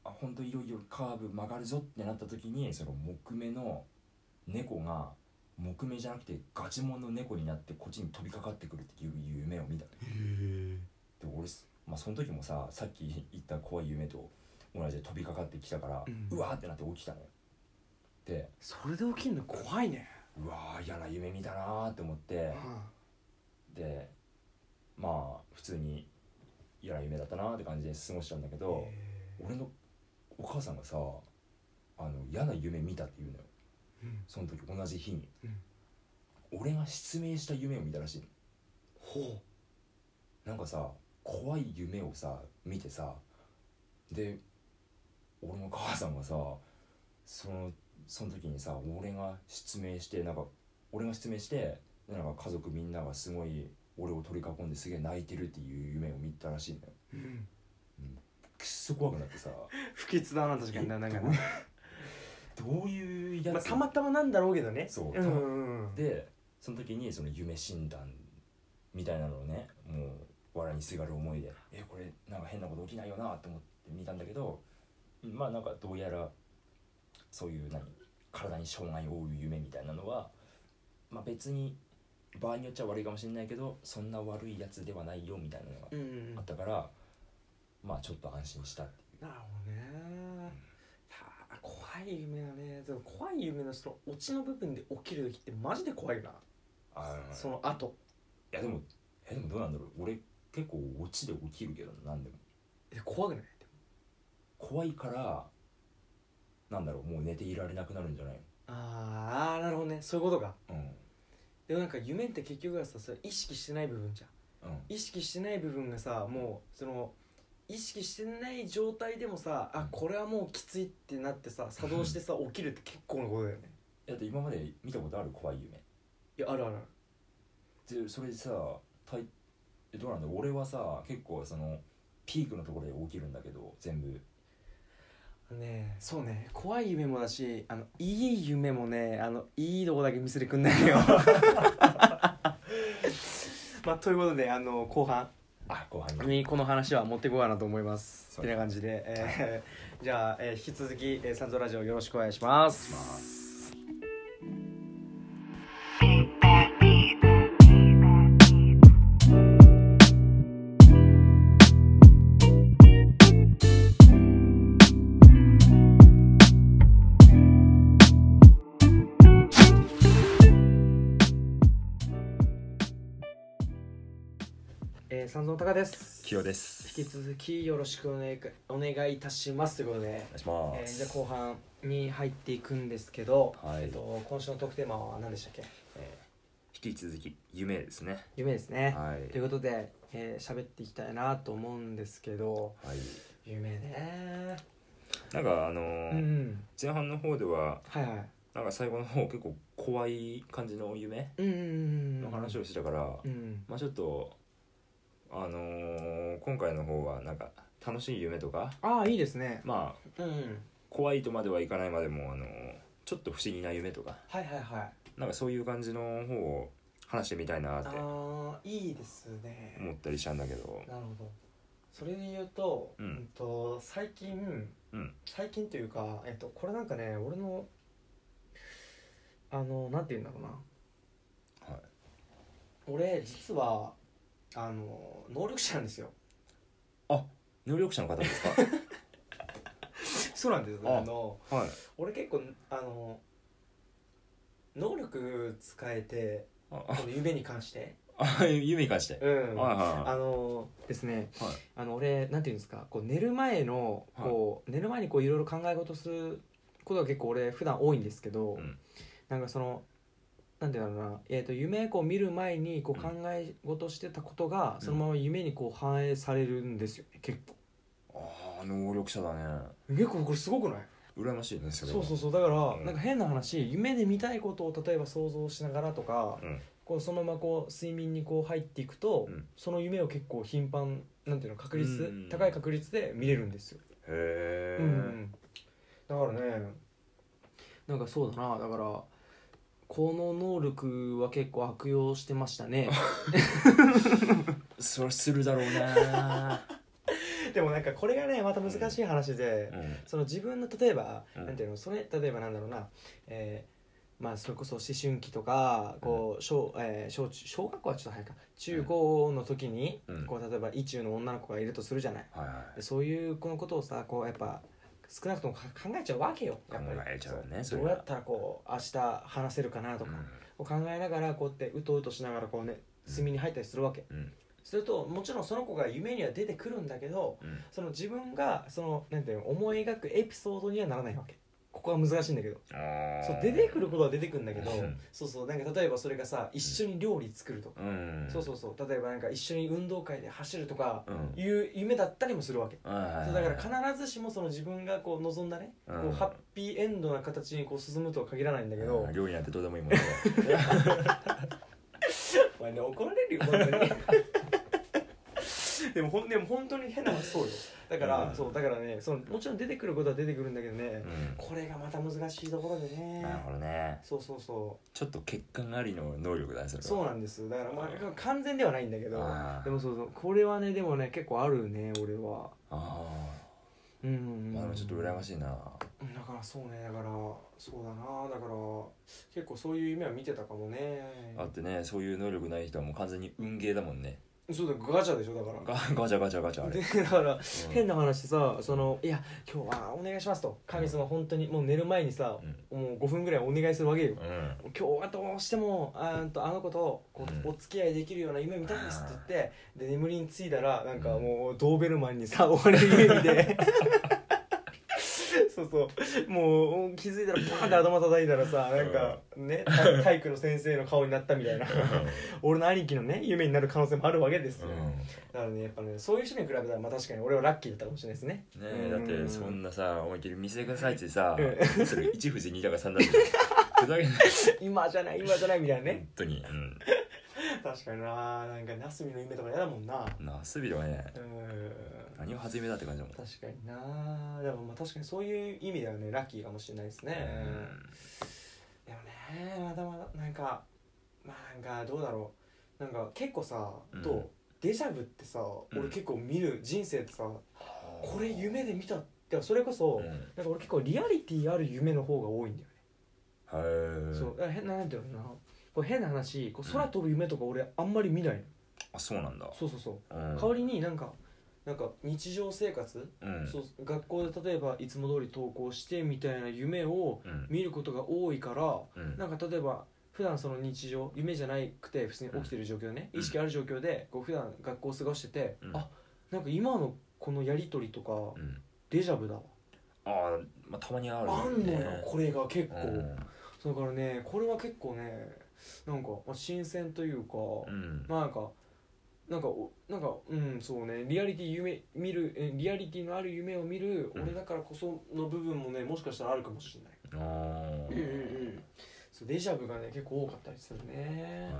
S2: あ本当いよいよカーブ曲がるぞってなった時にその木目の猫が木目じゃなくてガチモンの猫になってこっちに飛びかかってくるっていう夢を見たの
S1: へ
S2: で俺す、まあ、その時もささっき言った怖い夢と同じで飛びかかってきたから、
S1: うん
S2: うわーってなって起きたのよで
S1: それで起きるの怖いね
S2: うわー嫌な夢見たなーって思ってでまあ普通に嫌な夢だったなーって感じで過ごしたんだけど、俺のお母さんがさあの嫌な夢見たって言うのよ
S1: うん
S2: その時同じ日に、
S1: うん
S2: 俺が失明した夢を見たらしいの
S1: ほ
S2: なんかさ怖い夢をさ見てさで俺の母さんがさそのその時にさ俺が失明してなんか俺が失明してでなんか家族みんながすごい俺を取り囲んですげえ泣いてるっていう夢を見たらしいのよ
S1: ううん
S2: くっそ怖くなって さ
S1: 不潔だな確かにななんかな
S2: どうどういうや
S1: まあ
S2: つ、
S1: たまたまなんだろうけどね
S2: そ
S1: う
S2: う
S1: んうんうん
S2: でその時にその夢診断みたいなのをねもう藁にすがる思いでえこれなんか変なこと起きないよなと思って見たんだけどまあなんかどうやらそういう何体に障害を負う夢みたいなのは、まあ、別に場合によっちゃ悪いかもしれないけどそんな悪いやつではないよみたいなのが
S1: うんうんうん
S2: あったから、まあちょっと安心したって
S1: なるほどねいやー怖い夢だねでも怖い夢のそのオチの部分で起きる時ってマジで怖いよなその後
S2: いやでもえでもどうなんだろう俺結構オチで起きるけどなんでも。
S1: え怖くないでも
S2: 怖いからなんだろうもう寝ていられなくなるんじゃない
S1: あーあーなるほどねそういうことか
S2: の
S1: でもなんか夢って結局はさそれ意識してない部分じゃん
S2: うんうん
S1: 意識してない部分がさもうその意識してない状態でもさあこれはもうきついってなってさ作動して さ起きるって結構なことだよね
S2: だって今まで見たことある怖い
S1: いやあるあるある
S2: 夢でそれでさたいえどうなんだろう俺はさ結構そのピークのところで起きるんだけど全部
S1: あのねそうね怖い夢もだしあのいい夢もねあのいいとこだけ見せてくんないよ まあということであの後半
S2: あ後半に
S1: にこの話は持っていこうかなと思います
S2: そう
S1: て
S2: です
S1: な感じで、えーじゃあ、えー引き続き、えー、サンゾラジオよろしくお願いしますえー、サンゾのタカです
S2: キヨです
S1: 引き続きよろしくお願いお願いいたしますということで、
S2: お願
S1: え
S2: い
S1: ー
S2: し
S1: じゃあ
S2: ます、
S1: 後半に入っていくんですけど、
S2: はい
S1: えっと、今週のトークテーマは何でしたっけ
S2: えー引き続き夢ですね
S1: 夢ですね、
S2: はい
S1: ということで喋、えー、喋っていきたいなと思うんですけど
S2: はい
S1: 夢ね
S2: なんかあのー
S1: うん
S2: 前半の方では
S1: はいはい
S2: なんか最後の方結構怖い感じの夢
S1: うんうんうんう
S2: の
S1: ん
S2: 話をしてたから、
S1: うん
S2: まあちょっとあのー今回の方はなんか楽しい夢とか
S1: ああいいですね
S2: まあ
S1: うん
S2: 怖いとまではいかないまでもあのーちょっと不思議な夢とか
S1: はいはいはい
S2: なんかそういう感じの方を話してみたいなって
S1: ああいいですね
S2: 思ったりしたんだけど
S1: なるほどそれで言うと,、
S2: うん
S1: と最近、
S2: うん
S1: 最近というか、えっと、これなんかね俺のあのなんて言うんだろうな
S2: はい
S1: 俺実はあの能力者なんですよ
S2: 能力者の方です
S1: そうなんです
S2: あ
S1: あの
S2: かはい
S1: 俺結構あの能力使えて
S2: あ
S1: この夢に関して
S2: あ あ夢に関して
S1: うん
S2: はい
S1: あ
S2: は
S1: のですね、
S2: はい
S1: あの俺なんていうんですかこう寝る前の
S2: はい
S1: こう、寝る前にこういろいろ考え事することが結構俺普段多いんですけど、
S2: うん
S1: なんかそのなんていうんだろうな、えー、と夢こう見る前にこ
S2: う
S1: うん考え事してたことが、
S2: ん
S1: そのまま夢にこう反映されるんですよね結構
S2: いああ能力者だね
S1: 結構これすごくない
S2: 羨ましいねそれは
S1: そうそうそうだから、
S2: うん
S1: なんか変な話夢で見たいことを例えば想像しながらとか、
S2: うん
S1: こうそのままこう睡眠にこう入っていくと、
S2: うん
S1: その夢を結構頻繁なんていうの確率、
S2: うん
S1: 高い確率で見れるんですよ、
S2: へ
S1: うんう
S2: え
S1: んだからねなんかそうだなだからこの能力は結構悪用してましたね
S2: それするだろう な
S1: でもなんかこれがねまた難しい話で、
S2: うん
S1: その自分の例えば、
S2: うん
S1: なんていうのそれ例えばなんだろうな、えーまあ、それこそ思春期とかこう小,、えー小中小学校はちょっと早いか中高の時に、
S2: うん
S1: こう例えば意中の女の子がいるとするじゃない
S2: はいは
S1: でそういう子のことをさこうやっぱ少なくともか考えちゃうわけよやっぱり
S2: 考えちゃうね
S1: そ
S2: それ
S1: ど
S2: は
S1: うやったらこう明日話せるかなと
S2: い
S1: か、を考えながらこうやってうとうとしながらこうね睡眠に入ったりするわけ、
S2: うん
S1: するともちろんその子が夢には出てくるんだけど、
S2: うんうん
S1: その自分がそのなんていうの思い描くエピソードにはならないわけここは難しいんだけど
S2: あー
S1: そう出てくることは出てくるんだけど
S2: うん
S1: そうそうなんか例えばそれがさ一緒に料理作るとか、
S2: うん
S1: そうそうそう例えばなんか一緒に運動会で走るとか
S2: うん
S1: いう夢だったりもするわけ、
S2: は
S1: そ
S2: いう
S1: だから必ずしもその自分がこう望んだね、
S2: うん
S1: こうハッピーエンドな形にこう進むとは限らないんだけど、
S2: うん料理なんてどうでもいいもんね
S1: お前ね怒られるよ本当に でもほんでも本当に変な話そうよだから、
S2: うん
S1: そうだからねそのもちろん出てくることは出てくるんだけどね
S2: う、ん
S1: これがまた難しいところでね
S2: なるほどね
S1: そうそうそ
S2: ちょっと欠陥ありの能力だねそれ
S1: う
S2: は
S1: そうなんですだからまあ完全ではないんだけど
S2: あー
S1: でもそうそうこれはねでもね結構あるね俺は
S2: あ
S1: うんう
S2: あ
S1: ん、
S2: まあでもちょっと羨ま
S1: い
S2: しいな
S1: だからそうねだからそうだなだから結構そういう夢は見てたかもね
S2: あってねそういう能力ない人はもう完全に運ゲーだもんね
S1: そうだガチャでしょだから
S2: ガガチャガチャガチャあれ、
S1: でだから
S2: うん
S1: 変な話さそのいや今日はお願いしますと神様本当にもう寝る前にさ、もう5分ぐらいお願いするわけよ
S2: うん
S1: 今日はどうしてもあーんとあの子とこう
S2: うん
S1: お付き合いできるような夢見たいですって言ってで眠りについたらなんかもうドーベルマンにさ追われる夢 でそうそうもう気づいたらパーンって頭叩いたらさなんかね体体育の先生の顔になったみたいな俺の兄貴のね夢になる可能性もあるわけですよ、だからねやっぱねそういう人に比べたらまあ確かに俺はラッキーだったかもしれないですね
S2: ねえだってそんなさ思いっきり見せてくださいってさ
S1: う
S2: それ1富士2だか3だかふざけんな
S1: 今じゃない今じゃないみたいな ね
S2: 本当にうん
S1: 確かにななんかナスビの夢とか嫌だもんな
S2: なすびとかね
S1: うん
S2: 何を始めだって感じだもん
S1: 確かになでもまあ確かにそういう意味ではねラッキーかもしれないですねでもねまだまだなんかまあなんかどうだろうなんか結構さ
S2: うん
S1: どうデジャブってさ
S2: ん
S1: 俺結構見る人生ってさこ
S2: こ
S1: れ夢で見たってそれこそ
S2: へ
S1: なんか俺結構リアリティある夢の方が多いんだよね
S2: え
S1: そうだから変ななんていうのかなこう変な話こう空飛ぶ夢とか俺あんまり見ないの、
S2: あそうなんだ
S1: そうそうそう
S2: うん
S1: 代わりになんかなんか日常生活、
S2: うん
S1: そう学校で例えばいつも通り登校してみたいな夢を
S2: うん
S1: 見ることが多いから
S2: うん
S1: なんか例えば普段その日常夢じゃなくて普通に起きてる状況でね、
S2: うん
S1: 意識ある状況でこう普段学校を過ごしてて、
S2: うん
S1: あなんか今のこのやり取りとか
S2: うん
S1: デジャブだわ、
S2: あーまあたまにある
S1: あんのよこれが結構、
S2: うん
S1: そうだからねこれは結構ねなんかまあ新鮮というか、
S2: うん
S1: まあなんかなんかおなんかうんそうねリアリティ夢見るえリアリティのある夢を見る
S2: うん
S1: 俺だからこその部分もねもしかしたらあるかもしれない、
S2: あー
S1: うんうんうんそうデジャブがね結構多かったりするね、
S2: へ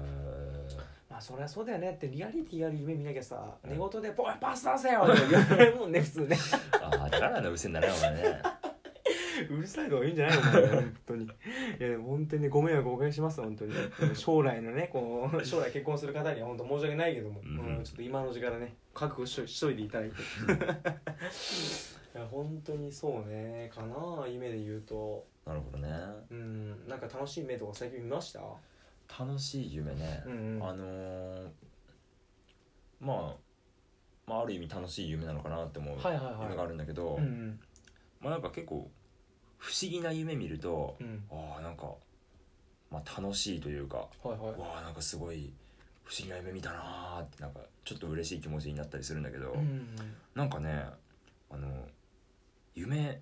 S1: まあそりゃそうだよねってリアリティある夢見なきゃさ、
S2: うん
S1: 寝言で「おいパス出せ よ!」って言われるもんね普通ね
S2: ーあーだからのうせにならんわね
S1: うるさいのがいいんじゃないの かな本当にいやでも本当にねご迷惑おかけします本当 に将来のねこう 将来結婚する方には本当申し訳ないけども、
S2: うん
S1: うんちょっと今のうちからね覚悟しといしといていた だいて いや本当にそうねかな夢で言うと
S2: なるほどね
S1: うんなんか楽しい夢とか最近見ました
S2: 楽しい夢ね、
S1: うんうん
S2: あのーまあまあある意味楽しい夢なのかなって思う
S1: いはい
S2: 夢があるんだけど、
S1: うんうん
S2: まあなんか結構不思議な夢見ると
S1: う、ん
S2: ああなんか、まあ、楽しいというか
S1: はいはい
S2: わあなんかすごい不思議な夢見たなーってなんかちょっと嬉しい気持ちになったりするんだけど、
S1: うん
S2: なんかねあの夢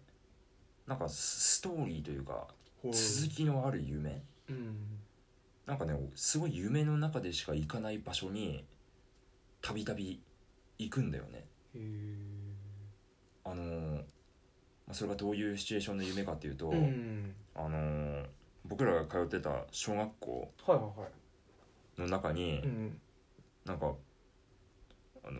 S2: なんかスストーリーというか
S1: うん
S2: 続きのある夢
S1: うん
S2: なんかねすごい夢の中でしか行かない場所にたびたび行くんだよね。
S1: へー
S2: あのーまあそれがどういうシチュエーションの夢かっていうと、
S1: うん
S2: あのー僕らが通ってた小学校
S1: はいはいはい
S2: の中に、
S1: うん
S2: なんかあの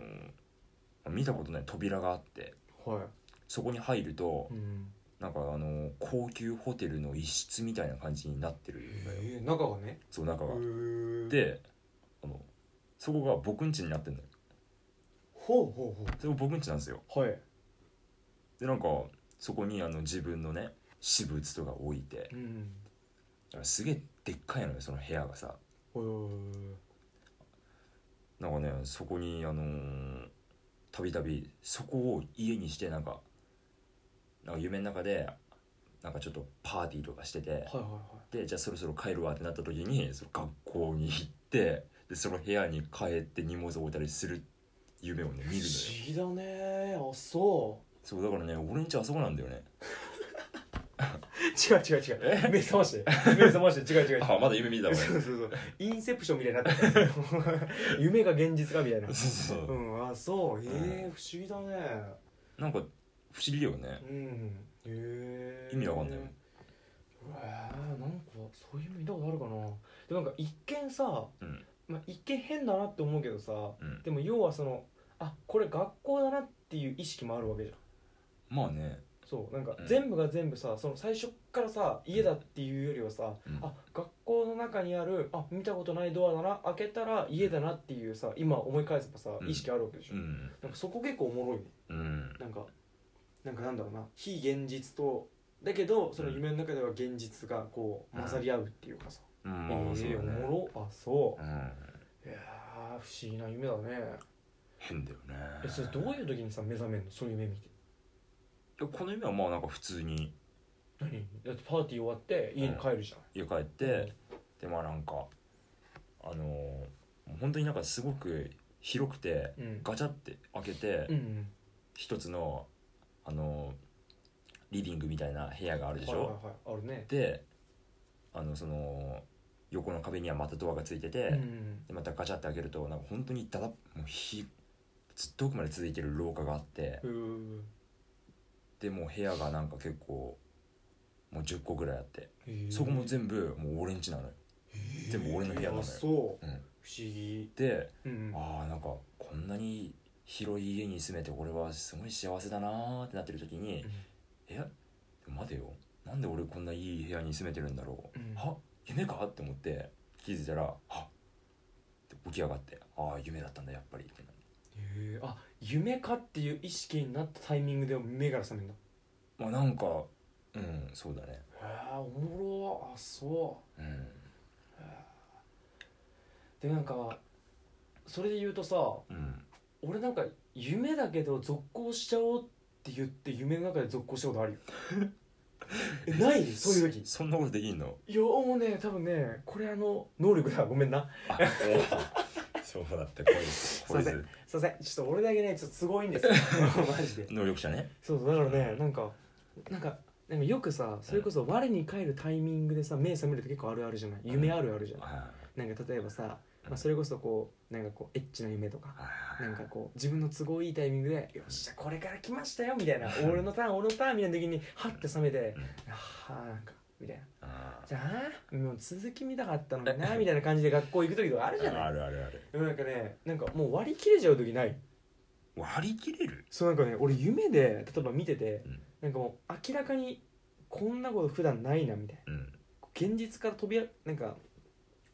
S2: ー見たことない扉があって
S1: は
S2: そこに入ると
S1: いうん
S2: なんかあのー高級ホテルの一室みたいな感じになってるんだよ
S1: えー中がね
S2: そう中が。
S1: で
S2: であのそこが僕ん家になってんだよ。
S1: ほうほう
S2: それ僕ん家なんですよ。
S1: ほうはい
S2: でなんかそこにあの自分のね私物とか置いて
S1: うん
S2: だからすげえでっかいのよその部屋がさ
S1: ほう
S2: なんかねそこにあのーたびたびそこを家にしてなんかなんか夢の中でなんかちょっとパーティーとかしてて
S1: はいはいは
S2: でじゃあそろそろ帰るわってなった時にその学校に行ってでその部屋に帰って荷物を置いたりする夢をね見
S1: い
S2: るの
S1: 不
S2: よ
S1: 思議だねあそう
S2: そうだからね俺ん家あそこなん だよね
S1: 違う違う違う目覚まして 目覚まして違う違う違う
S2: あまだ夢見て たわ ね
S1: そうそうそうインセプションみたいになって た夢が現実かみたいな
S2: そうそう
S1: う
S2: そうん
S1: あそうええ不思議だね
S2: なんか不思議だよね
S1: うんへえ
S2: 意味わかんないもん
S1: うわーなんかそういうの見たことあるかなでもなんか一見さ、
S2: うん
S1: まあ、一見変だなって思うけどさ、
S2: うん
S1: でも要はそのあこれ学校だなっていう意識もあるわけじゃん
S2: まあね
S1: そうなんか
S2: うん
S1: 全部が全部さその最初っからさ家だっていうよりはさ、
S2: うん
S1: あ学校の中にあるあ見たことないドアだな開けたら家だなっていうさ今思い返せばさ
S2: うん
S1: 意識あるわけでしょ、
S2: うん
S1: なんかそこ結構おもろいね
S2: うん
S1: なんかなんかなんだろうな非現実とだけどその夢の中では現実がこう
S2: うん
S1: 混ざり合うっていうかさ、
S2: うん
S1: え
S2: まあそう
S1: ー
S2: だね
S1: おもろあそ
S2: うん
S1: ういやー不思議な夢だね
S2: 変だよね
S1: えそれどういう時にさ目覚めんのそういう夢見て
S2: いやこの夢はまあなんか普通に
S1: 何だってパーティー終わって家に帰るじ
S2: 家帰って、でまあなんかあのー本当になんかすごく広くて
S1: ゃんうん
S2: ガチャって開けて、
S1: うん
S2: 一つのあのーリビングみたいな部屋があるでしょ、
S1: はいはいはいあるね
S2: であのその横の壁にはまたドアがついてて、
S1: うん
S2: でまたガチャって開けるとなんか本当にだだもうひずっと奥まで続いてる廊下があって
S1: うー
S2: でもう部屋がなんか結構もう10個ぐらいあって
S1: へー
S2: そこも全部もう俺ん家なのよ全部俺の部屋なの
S1: あ
S2: よ、
S1: そう
S2: うん、
S1: 不思議
S2: で
S1: うん
S2: ああんかこんなに広い家に住めて俺はすごい幸せだなーってなってる時に「えでも待てよなんで俺こんないい部屋に住めてるんだろ
S1: うん
S2: うは夢か?」って思って気づいたら「はっ」って起き上がって「ああ夢だったんだやっぱり」ってな
S1: へーあ夢かっていう意識になったタイミングで目から覚めるんだ
S2: まあなんかうんそうだね
S1: へえおもろあそ
S2: うん
S1: うでなんかそれで言うとさ
S2: うん
S1: 俺なんか夢だけど続行しちゃおうって言って夢の中で続行した ことあるよえないそういう時
S2: そそんなことできんの
S1: いやもうね多分ねこれあの能力だごめんな
S2: あおそうだってこいつこい
S1: すいま
S2: つ
S1: すいませんちょっと俺だけねちょっとすごいんですよ マジで
S2: 能力者ね
S1: そうそうだからねなんかなんかでもよくさそれこそ我に返るタイミングでさ目覚めるって結構あるあるじゃない夢あるあるじゃん、
S2: は
S1: なんか例えばさ、
S2: う
S1: ま
S2: ん
S1: あ、それこそこうなんかこうエッチな夢とか
S2: いはい
S1: なんかこう自分の都合いいタイミングで「よっしゃこれから来ましたよ」みたいな「俺のターン俺のターン」みたいな時にハッて覚めて
S2: うん
S1: 「ああなんか」みたいな
S2: あ
S1: 「じゃあもう続き見たかったのにな」みたいな感じで学校行く時とかあるじゃ
S2: ー
S1: な
S2: あ
S1: い
S2: るあるある
S1: でもなんかねなんかもう割り切れちゃう時ない
S2: 割り切れる
S1: そうなんかね俺夢で例えば見てて
S2: うん
S1: なんかもう明らかにこんなこと普段ないなみたいな
S2: うん
S1: 現実から飛びあなんか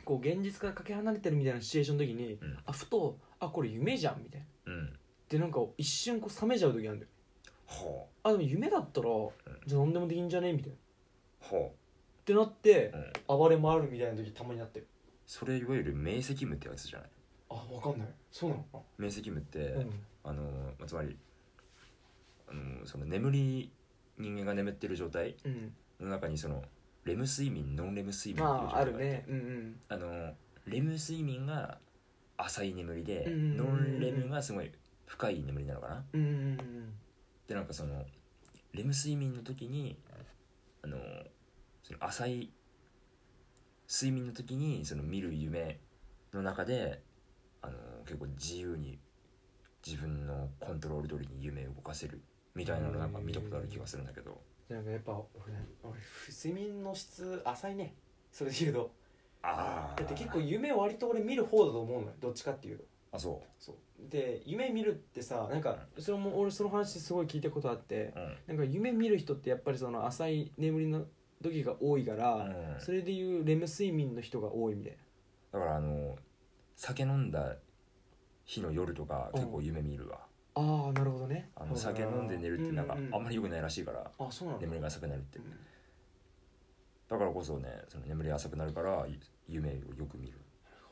S1: こう現実からかけ離れてるみたいなシチュエーションの時に
S2: うん
S1: あふと「あこれ夢じゃん」みたいな
S2: うん
S1: でなんか一瞬こう冷めちゃう時あるんだよ
S2: ほ
S1: あでも夢だったらじゃあ何でもできんじゃねみたいなっ
S2: うほ
S1: てなって
S2: う、うん、
S1: 暴れ回るみたいな時たまにあって
S2: それいわゆる明晰夢ってやつじゃない
S1: あわかんないそうなのか
S2: 明晰夢って、
S1: な、
S2: あのまあつまりあのその眠り人間が眠ってる状態
S1: うん、うん、
S2: の中にそのレム睡眠ノンレム睡眠
S1: ま
S2: っていう状態が
S1: あ
S2: あ
S1: あ
S2: って
S1: るねうん
S2: あのレム睡眠が浅い眠りで、
S1: うんうんうんうん
S2: ノンレムがすごい深い眠りなのかな
S1: うんうんうんうん
S2: でなんかそのレム睡眠の時にあのその浅い睡眠の時にその見る夢の中であの結構自由に自分のコントロール通りに夢を動かせるみたいなのなんか見たことある気がするんだけど
S1: なんかやっぱ俺俺睡眠の質浅いねそれで言うと
S2: ああ
S1: だって結構夢割と俺見る方だと思うのよどっちかっていうと
S2: あそ
S1: そうで夢見るってさなんかそれも俺その話すごい聞いたことあって
S2: ううん
S1: なんか夢見る人ってやっぱりその浅い眠りの時が多いから、
S2: うん
S1: それでいうレム睡眠の人が多いみたいな
S2: だからあの酒飲んだ日の夜とか結構夢見るわ、
S1: ああなるほどね
S2: あの酒飲んで寝るってなんかあ
S1: うんう
S2: まり良くないらしいから
S1: あそうなんだ、
S2: 眠りが浅くなるって
S1: うん
S2: だからこそねその眠りが浅くなるからゆ夢をよく見る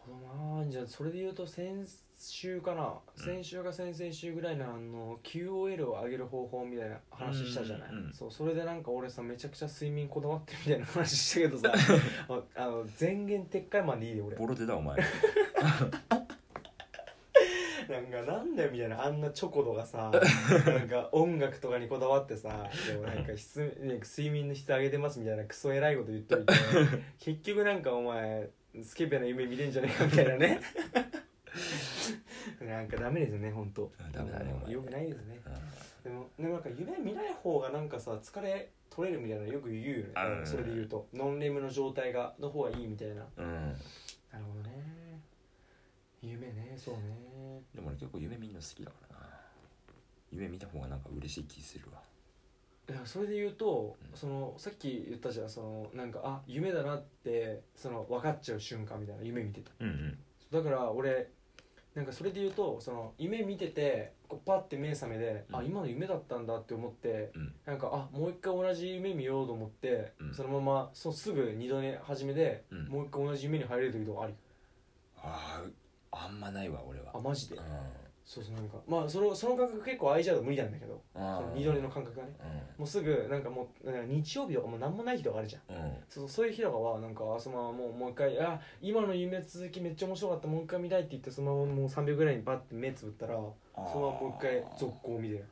S1: ほどなじゃあそれで言うと先週かな、
S2: うん
S1: 先週か先々週ぐらいのあの QOL を上げる方法みたいな話したじゃない、
S2: うんうんうん
S1: そうそれでなんか俺さめちゃくちゃ睡眠こだわってみたいな話したけど さああの前言撤回までいいよ俺
S2: ボロ出だ お前
S1: なんかなんだよみたいなあんなチョコドがさなんか音楽とかにこだわってさでもなんか質なんか睡眠の質上げてますみたいなクソ偉いこと言っといて結局なんかお前スケベな夢見れんじゃねえかみたいな ねなんかダメですね本当
S2: うんダメだねお前
S1: よくないですね
S2: うん
S1: でもでもなんか夢見ない方がなんかさ疲れ取れるみたいなのよく言うよね
S2: あうん
S1: それで言うとノンレムの状態がの方がいいみたいな
S2: うん
S1: なるほどね夢ねそうね
S2: でも俺結構夢見るの好きだからな夢見た方がなんか嬉しい気するわ
S1: いやそれで言うと、
S2: うん
S1: そのさっき言ったじゃんそのなんかあ夢だなってその分かっちゃう瞬間みたいな夢見てた
S2: うんうん
S1: だから俺なんかそれで言うとその夢見ててこうパッて目覚めで、
S2: うん
S1: あ今の夢だったんだって思って
S2: うん
S1: なんかあもう一回同じ夢見ようと思って、
S2: うん
S1: そのままそうすぐ二度寝始めで、
S2: うん
S1: もう一回同じ夢に入れる時とかあり
S2: あああんまないわ俺は
S1: あマジで、
S2: うん
S1: そうそうなんかまあそのその感覚結構空いちゃうと無理なんだけど
S2: あ
S1: そ
S2: ー
S1: の二度寝の感覚がねもうすぐなんかもうなんか日曜日とかもう何もない日とかあるじゃん
S2: うんうん
S1: そうそういう日とかはなんかあそのままもうもう一回あ今の夢続きめっちゃ面白かったもう一回見たいって言ってそのままもう3秒ぐらいにバッて目つぶったらその
S2: あ
S1: ま
S2: ー
S1: まもう一回続行見てる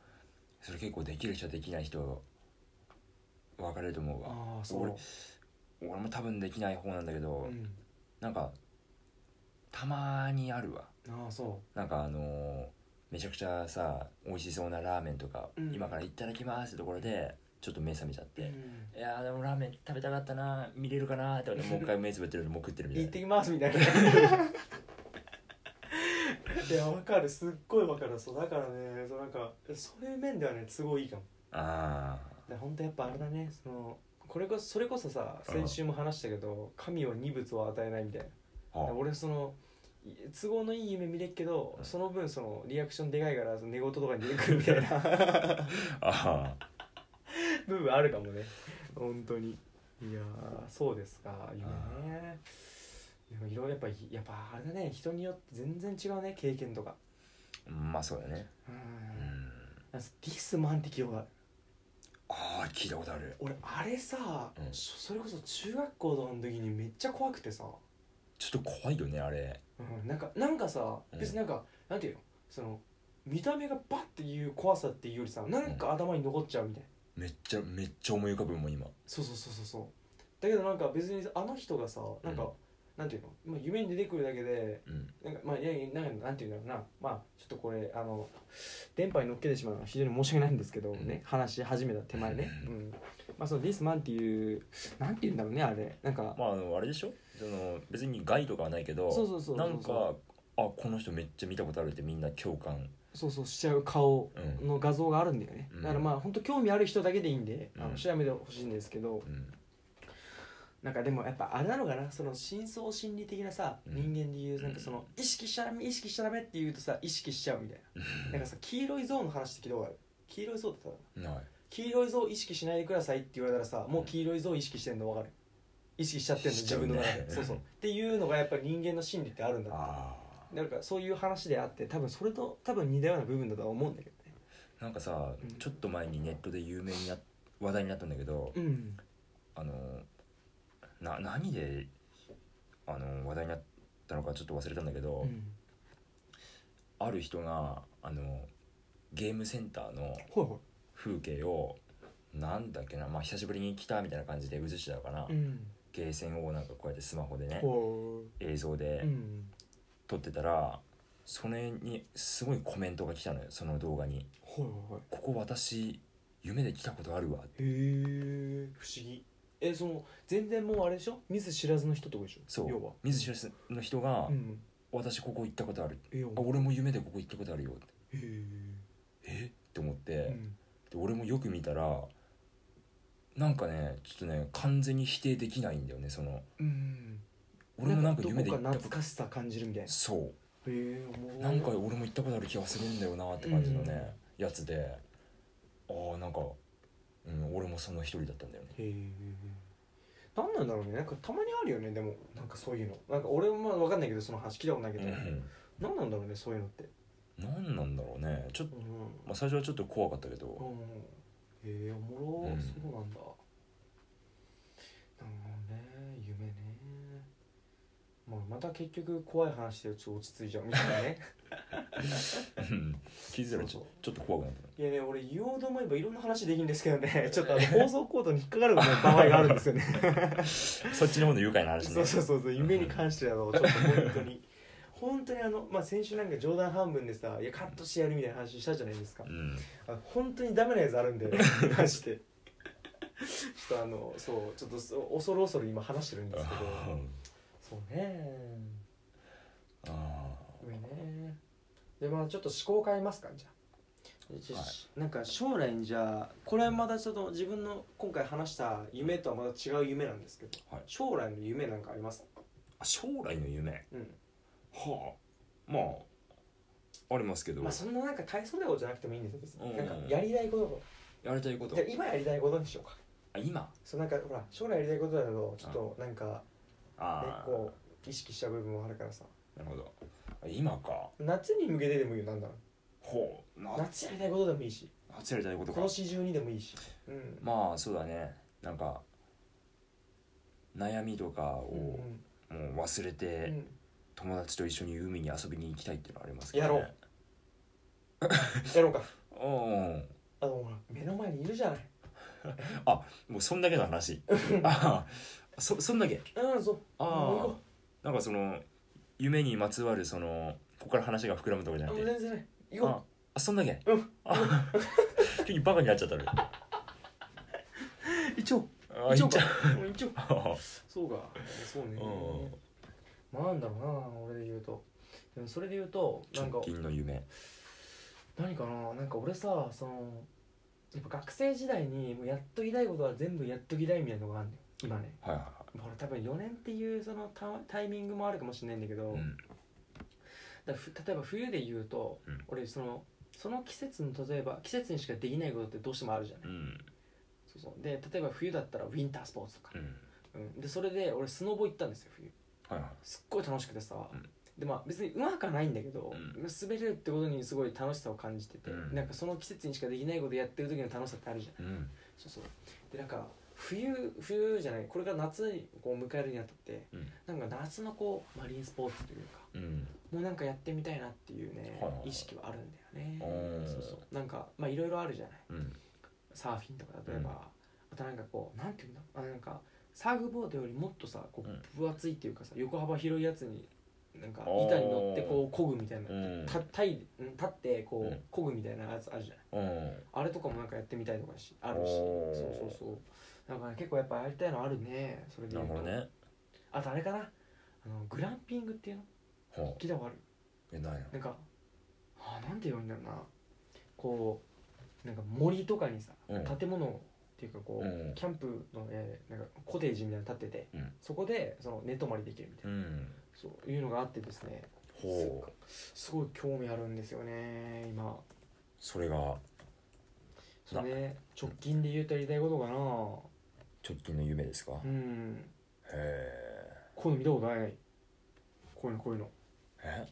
S2: それ結構できる人できない人分かれると思うわ
S1: ああ
S2: 俺俺も多分できない方なんだけど、
S1: うん、
S2: なんかたまにあるわ
S1: ああそ
S2: なんかあのーめちゃくちゃさ美味しそうなラーメンとか、
S1: うん
S2: 今からいただきますってところでちょっと目覚めちゃっ
S1: う、
S2: て、いやーでもラーメン食べたかったな見れるかなーって思ってもう一回目つぶってるのもう食ってるみたい
S1: 行っ
S2: な
S1: てきますみた いないやわかるすっごいわかるそうだからねそうなんかそういう面ではね都合いいかも
S2: あ
S1: で本当やっぱあれだねそのこれこそそれこそさ先週も話したけど神は二物を与えないみたいな
S2: ーはあ
S1: 俺そのい都合のいい夢見れっけど、
S2: うん
S1: その分そのリアクションでかいからその寝言とかに出てくるみたいな
S2: あ
S1: 部分あるかもね本当にいやーそうですか夢ねでもいろいろやっぱやっぱあれだね人によって全然違うね経験とか
S2: ーまあそうだね
S1: うん
S2: うん
S1: ディスマンって記憶がある
S2: ああ聞いたことある
S1: 俺あれさ、
S2: うん
S1: そそれこそ中学校とかの時にめっちゃ怖くてさ、
S2: ちょっと怖いよねあれ
S1: うん、なんかなんかさ
S2: うん
S1: 別になんか、なんていうのその見た目がバッていう怖さっていうよりさなんか頭に残っちゃうみたいな、
S2: めっちゃめっちゃ思い浮かぶもん今
S1: そうそうそうそうそうだけどなんか別にあの人がさなんか、
S2: うん
S1: なんていうの、まあ、夢に出てくるだけで
S2: うん
S1: なんかまあいやいやなんかなんていうんだろうなまあちょっとこれあの電波に乗っけてしまうのは非常に申し訳ないんですけど、
S2: ん
S1: ね話し始めた手前ね、
S2: う
S1: うんまあその「This Man」っていうなんていうんだろうねあれなんか、
S2: まああのあれでしょその別に害とかはないけど
S1: そうそうそうそう
S2: なんかあこの人めっちゃ見たことあるってみんな共感
S1: そうそうしちゃう顔
S2: うん
S1: の画像があるんだよね、
S2: うん
S1: だからまあ本当興味ある人だけでいいんで、あ
S2: うん
S1: の調べてほしいんですけど
S2: うん
S1: なんかでもやっぱあれなのかなその深層心理的なさ、
S2: うん
S1: 人間でいうなんかその意識しちゃダメ意識しちゃダメって言うとさ意識しちゃうみたいななんかさ黄色い像の話って聞いたことある黄色い像ってさ
S2: ない
S1: 黄色い像を意識しないでくださいって言われたらさもう黄色い像を意識してんの分かる意識しちゃってんの
S2: しち
S1: 自
S2: ゃうね
S1: 分の中 でそうそうっていうのがやっぱり人間の心理ってあるんだって
S2: あー
S1: なんかそういう話であって多分それと多分似たような部分だとは思うんだけどね
S2: なんかさ
S1: うん
S2: ちょっと前にネットで有名にな話題になったんだけど
S1: うん
S2: あのな何であの話題になったのかちょっと忘れたんだけど、
S1: うん
S2: ある人があのゲームセンターの
S1: ほいほ
S2: 風景をなんだっけな、まあ、久しぶりに来たみたいな感じで映してたのかな、
S1: いうん
S2: ゲーセンをなんかこうやってスマホでね
S1: ほ
S2: 映像
S1: い
S2: で
S1: うん
S2: 撮ってたら、それにすごいコメントが来たのよその動画に
S1: ほいほい
S2: 「ここ私夢で来たことあるわ」
S1: へえ不思議えその全然もうあれでしょ見ず知らずの人ってことでしょ
S2: そ
S1: 要は
S2: う水知らずの人が
S1: うん
S2: 「私ここ行ったことある」
S1: え
S2: あ俺も夢でここ行ったことあるよ」って
S1: へえ
S2: えって思って、
S1: うん
S2: で俺もよく見たらなんかねちょっとね完全に否定できないんだよねその
S1: うん
S2: 俺もなんか夢で
S1: ど
S2: 行
S1: こか
S2: ったこと
S1: 懐かしさ感じるみたいな
S2: そ
S1: へえ
S2: うなんか俺も行ったことある気がするんだよなって感じのね、やつでああなんか、うん、俺もその一人だったんだよね
S1: へえ何なんだろうねなんかたまにあるよねでもなんかそういうのなんか俺もまあ分かんないけどその話聞いたことないけど、何なんだろうねそういうのって
S2: うん、何なんだろうねちょっと、
S1: うん、
S2: まあ、最初はちょっと怖かったけ
S1: う
S2: ど
S1: ん、へえおもろ、
S2: うん
S1: そうなんだなるほどね夢ねまあ、また結局怖い話でちょっと落ち着いちゃうみたいな ね
S2: うん気づいたらちょ
S1: そう
S2: ちょっと怖くなった
S1: いやね俺言おうと思えばいろんな話できるんですけど ねちょっとあの放送コードに引っかかる、ね、場合があるんですよね
S2: そっちの方の愉快な話ね
S1: そうそうそうそう夢に関してはあのちょっと本当に本当にあの、まあ、先週なんか冗談半分でさいやカットしてやるみたいな話したじゃないですか
S2: うん
S1: あ本当にダメなやつあるん でマジでちょっとあのそうちょっとそ恐る恐る今話してるんですけどそうね
S2: ああ
S1: 夢ねでまあちょっと思考変えますかじゃあじゃあ
S2: はい
S1: なんか将来にじゃあこれはまたちょっと自分の今回話した夢とはまた違う夢なんですけど、
S2: はい
S1: 将来の夢なんかありますか、
S2: あ将来の夢
S1: うん
S2: はあまあありますけど、
S1: まあそんななんか大層なことじゃなくてもいいんですよ別
S2: うん
S1: になんかやりたいこと
S2: やりたいこと
S1: じゃあ今やりたいことにしようか
S2: あ今
S1: そうなんかほら将来やりたいことだとちょっとなんかね
S2: ああ
S1: こう意識しちゃう部分もあるからさ
S2: なるほどあ今か
S1: 夏に向けてでもいいよなんだろ
S2: ほう
S1: う
S2: な
S1: 夏やりたいことでもいいし
S2: 夏やりたいことか
S1: 今年中にでもいいしうん
S2: まあそうだねなんか悩みとか
S1: うんう
S2: を
S1: ん
S2: もう忘れ
S1: う
S2: て
S1: ん
S2: 友達と一緒に海に遊びに行きたいっていうのはあります
S1: やろうやろうか
S2: うんうん
S1: あのほら目の前にいるじゃない
S2: もうそんだけの 話ああそそんだけ
S1: うんそう
S2: あ
S1: もう行
S2: あ
S1: こ
S2: なんかその夢にまつわるそのここから話が膨らむとこじ
S1: う
S2: ゃ
S1: あ
S2: な
S1: も
S2: く
S1: う
S2: て
S1: 全然ね行こ
S2: あそんだけ、
S1: うん
S2: あ急にバカになっちゃったねあ
S1: う一応
S2: いっ
S1: 一応
S2: ち
S1: か
S2: ゃ
S1: うん一応
S2: う
S1: そうか そうね まあなんだろうな俺で言うとでもそれで言うとなんか
S2: 直近の夢
S1: 何かななんか俺さそのやっぱ学生時代にもうやっときたいことは全部やっときたいみたいなのがあるんだよ今ね
S2: はいは
S1: まあ俺多分4年っていうそのタタイミングもあるかもしれないんだけど、
S2: いはい、うん、
S1: だふ例えば冬で言うと、
S2: うん
S1: 俺そのその季節の例えば季節にしかできないことってどうしてもあるじゃない、
S2: うん
S1: そうそうで例えば冬だったらウィンタースポーツとか
S2: う、ん、
S1: うんでそれで俺スノボ行ったんですよ冬
S2: はいはい
S1: すっごい楽しくてさ、
S2: うん
S1: でまあ別にうまくはないんだけど、
S2: うん
S1: 滑れるってことにすごい楽しさを感じてて、
S2: うん
S1: なんかその季節にしかできないことやってる時の楽しさってあるじゃん
S2: うん
S1: そうそうでなんか冬冬じゃないこれから夏にこう迎えるにあたって
S2: うん
S1: なんか夏のこうマリンスポーツというか
S2: うん
S1: もうなんかやってみたいなっていうね、
S2: はいはいはい
S1: 意識はあるんだよね
S2: おー
S1: そうそうなんかまあいろいろあるじゃない
S2: うん
S1: サーフィンとか例えば、あとなんかこうなんていうんだあなんかサーフボードよりもっとさこ
S2: うん
S1: う分厚いっていうかさ横幅広いやつになんか
S2: あー
S1: 板に乗ってこう漕ぐみたいな、
S2: うん
S1: たたいうん立ってこ
S2: う
S1: うん漕ぐみたいなやつあるじゃない
S2: うん
S1: あれとかもなんかやってみたいとかしあるし
S2: おー
S1: そうそうそうだから結構やっぱやりたいのあるねそれで
S2: な
S1: 言
S2: る
S1: うと
S2: ほどね
S1: あとあれかなあのグランピングっていうの
S2: ほう
S1: 聞いたことある
S2: えない
S1: なんかあーなんて言うんだろうなこうなんか森とかにさ、
S2: うん
S1: 建物っていうかこう、
S2: うん
S1: キャンプの、えーなんかコテージみたいなの建ってて、
S2: うん
S1: そこでその寝泊まりできるみたい
S2: な
S1: な、
S2: うん
S1: そういうのがあってですね
S2: ほう
S1: すごい興味あるんですよね今
S2: それが
S1: そうね直近で言うとやりたいことかな
S2: 直近の夢ですか、
S1: う
S2: へ
S1: ん
S2: え
S1: こういうの見たことないこういうのこういうの
S2: え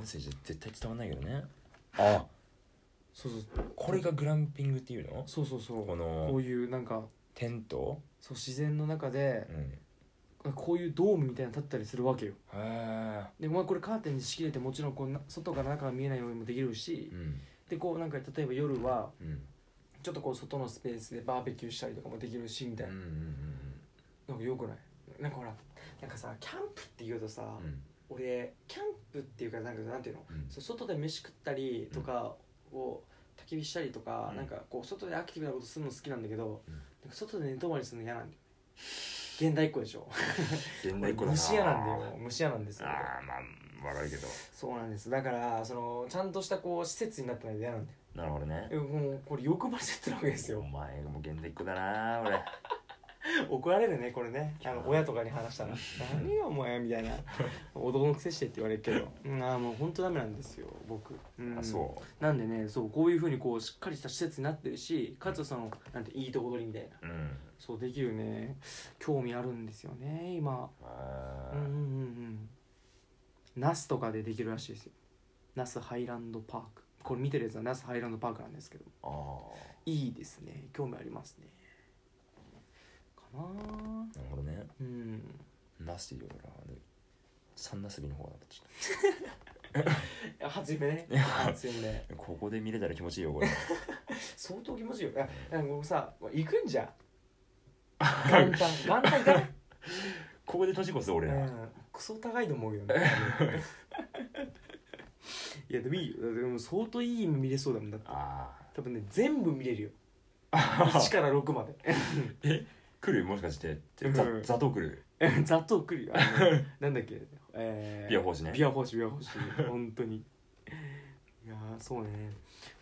S2: 音声じゃ絶対伝わんないけどねあ
S1: そうそう
S2: これがグランピングっていうの
S1: そうそうそう
S2: こ
S1: こう
S2: の
S1: いうなんか
S2: テント
S1: そう自然の中で
S2: うんへ
S1: こういうドームみたいなの立ったりするわけよ
S2: え
S1: でまあこれカーテンで仕切れてもちろんこうな外から中が見えないようにもできるし、
S2: うん
S1: でこうなんか例えば夜は
S2: うん
S1: ちょっとこう外のスペースでバーベキューしたりとかもできるしみ
S2: う
S1: たい
S2: んう
S1: な、
S2: ん
S1: なんかよくないなんかほらなんかさキャンプって言うとさ、
S2: うんうん
S1: 俺キャンプっていうかなんかなんていうの、
S2: うん
S1: そう外で飯食ったりとかを焚き火したりとか、
S2: うん
S1: なんかこう外でアクティブなことするの好きなんだけど、
S2: うん
S1: なんか外で寝泊まりするの嫌なんだよね現代っ子でしょ
S2: 現代っ子だな
S1: 虫屋なんだよ虫屋なんですよ
S2: ああまあわかるけど
S1: そうなんですだからそのちゃんとしたこう施設になってないと嫌なんだよ
S2: なるほどね
S1: えもうこれ欲張りちゃってるわけです
S2: お
S1: よ
S2: 前も現代っ子だな俺
S1: 怒られるねこれねあの親とかに話 したら「何がお前」みたいな「男のくせして」って言われるけどうんあーもう本当ダメなんですよ僕、うん
S2: あそ
S1: なんでねそうこういうふうにこうしっかりした施設になってるしかつそのなんていいとこ取りみたいな
S2: ううん
S1: そうできるね興味あるんですよね今
S2: へ
S1: うんうんうん
S2: ー
S1: うん那須とかでできるらしいですよ那須ハイランドパークこれ見てるやつは那須ハイランドパークなんですけど
S2: あ
S1: いいですね興味ありますねかなあ
S2: ーなるほどね
S1: うん
S2: ナスよりなで三ナスビの方がなってきた
S1: 初夢ね
S2: いや
S1: 初夢
S2: ここで見れたら気持ちいいよこ れ
S1: 相当気持ちいいよいやなんか僕さ行くん じゃん元旦元旦かな
S2: ここで年越す俺ら、
S1: うんクソ高いと思うよね いやでもいいよだってでも相当いい夢見れそうだもんだって
S2: あ
S1: 多分ね全部見れる よ1から6ま で
S2: 来るもしかして
S1: うん
S2: ざざと来る
S1: ざっとくるよあ のねなんだっけえー
S2: ビア法師ね
S1: ビア法師ビア法師本当にいやーそうね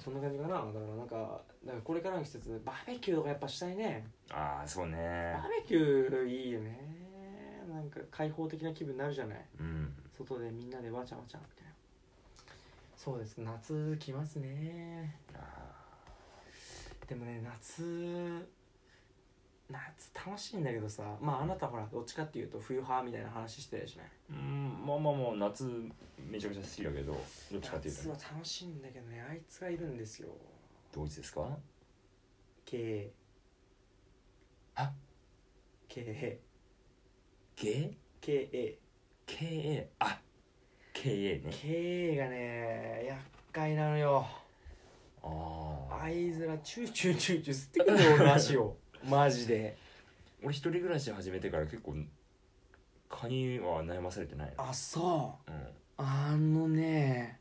S1: そんな感じかなだからなんかなんかこれからの季節バーベキューとかやっぱしたいね
S2: ああそうね
S1: バーベキューいいよねなんか開放的な気分になるじゃない
S2: うん
S1: 外でみんなでわちゃわちゃみたいなそうです夏来ますね
S2: あ
S1: でもね夏夏楽しいんだけどさまああなたほらどっちかっていうと冬派みたいな話してるじゃない
S2: ーうんまあまあまあ夏めちゃくちゃ好きだけどどっちかっていう
S1: 夏
S2: と
S1: は楽しいんだけどねあいつがいるんですよ
S2: 同一ですか
S1: K
S2: あ
S1: K
S2: ゲ
S1: K
S2: KA あ KA ね
S1: K がね厄介なのよ
S2: あ
S1: あ
S2: あ
S1: いつらチューチューチューチュー吸ってくるよ俺の足 をマジで
S2: 俺一人暮らし始めてから結構蚊には悩まされてないな
S1: あそう
S2: うん
S1: あのね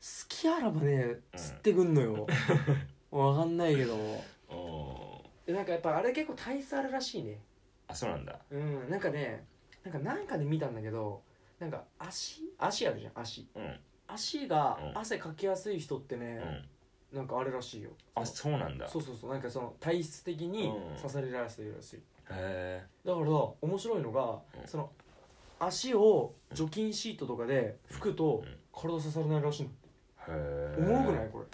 S1: 好きあらばね
S2: うん
S1: 釣ってくんのよ、 わかんないけども
S2: あー
S1: でなんかやっぱあれ結構体質あるらしいね
S2: あそうなんだ
S1: うんなんかねなんかなんかで見たんだけどなんか足足あるじゃん足
S2: うん
S1: 足が
S2: うん
S1: 汗かきやすい人って
S2: う
S1: ね、
S2: ん
S1: なんかあれらしいよ
S2: あそうなんだへ
S1: そうそうそうなんかその体質的に
S2: うん
S1: 刺されるらしいらしい
S2: え
S1: だから面白いのが、
S2: うん
S1: その足を除菌シートとかで拭くと
S2: うん
S1: 体刺されないらしいの、
S2: へえ
S1: 重くないこれ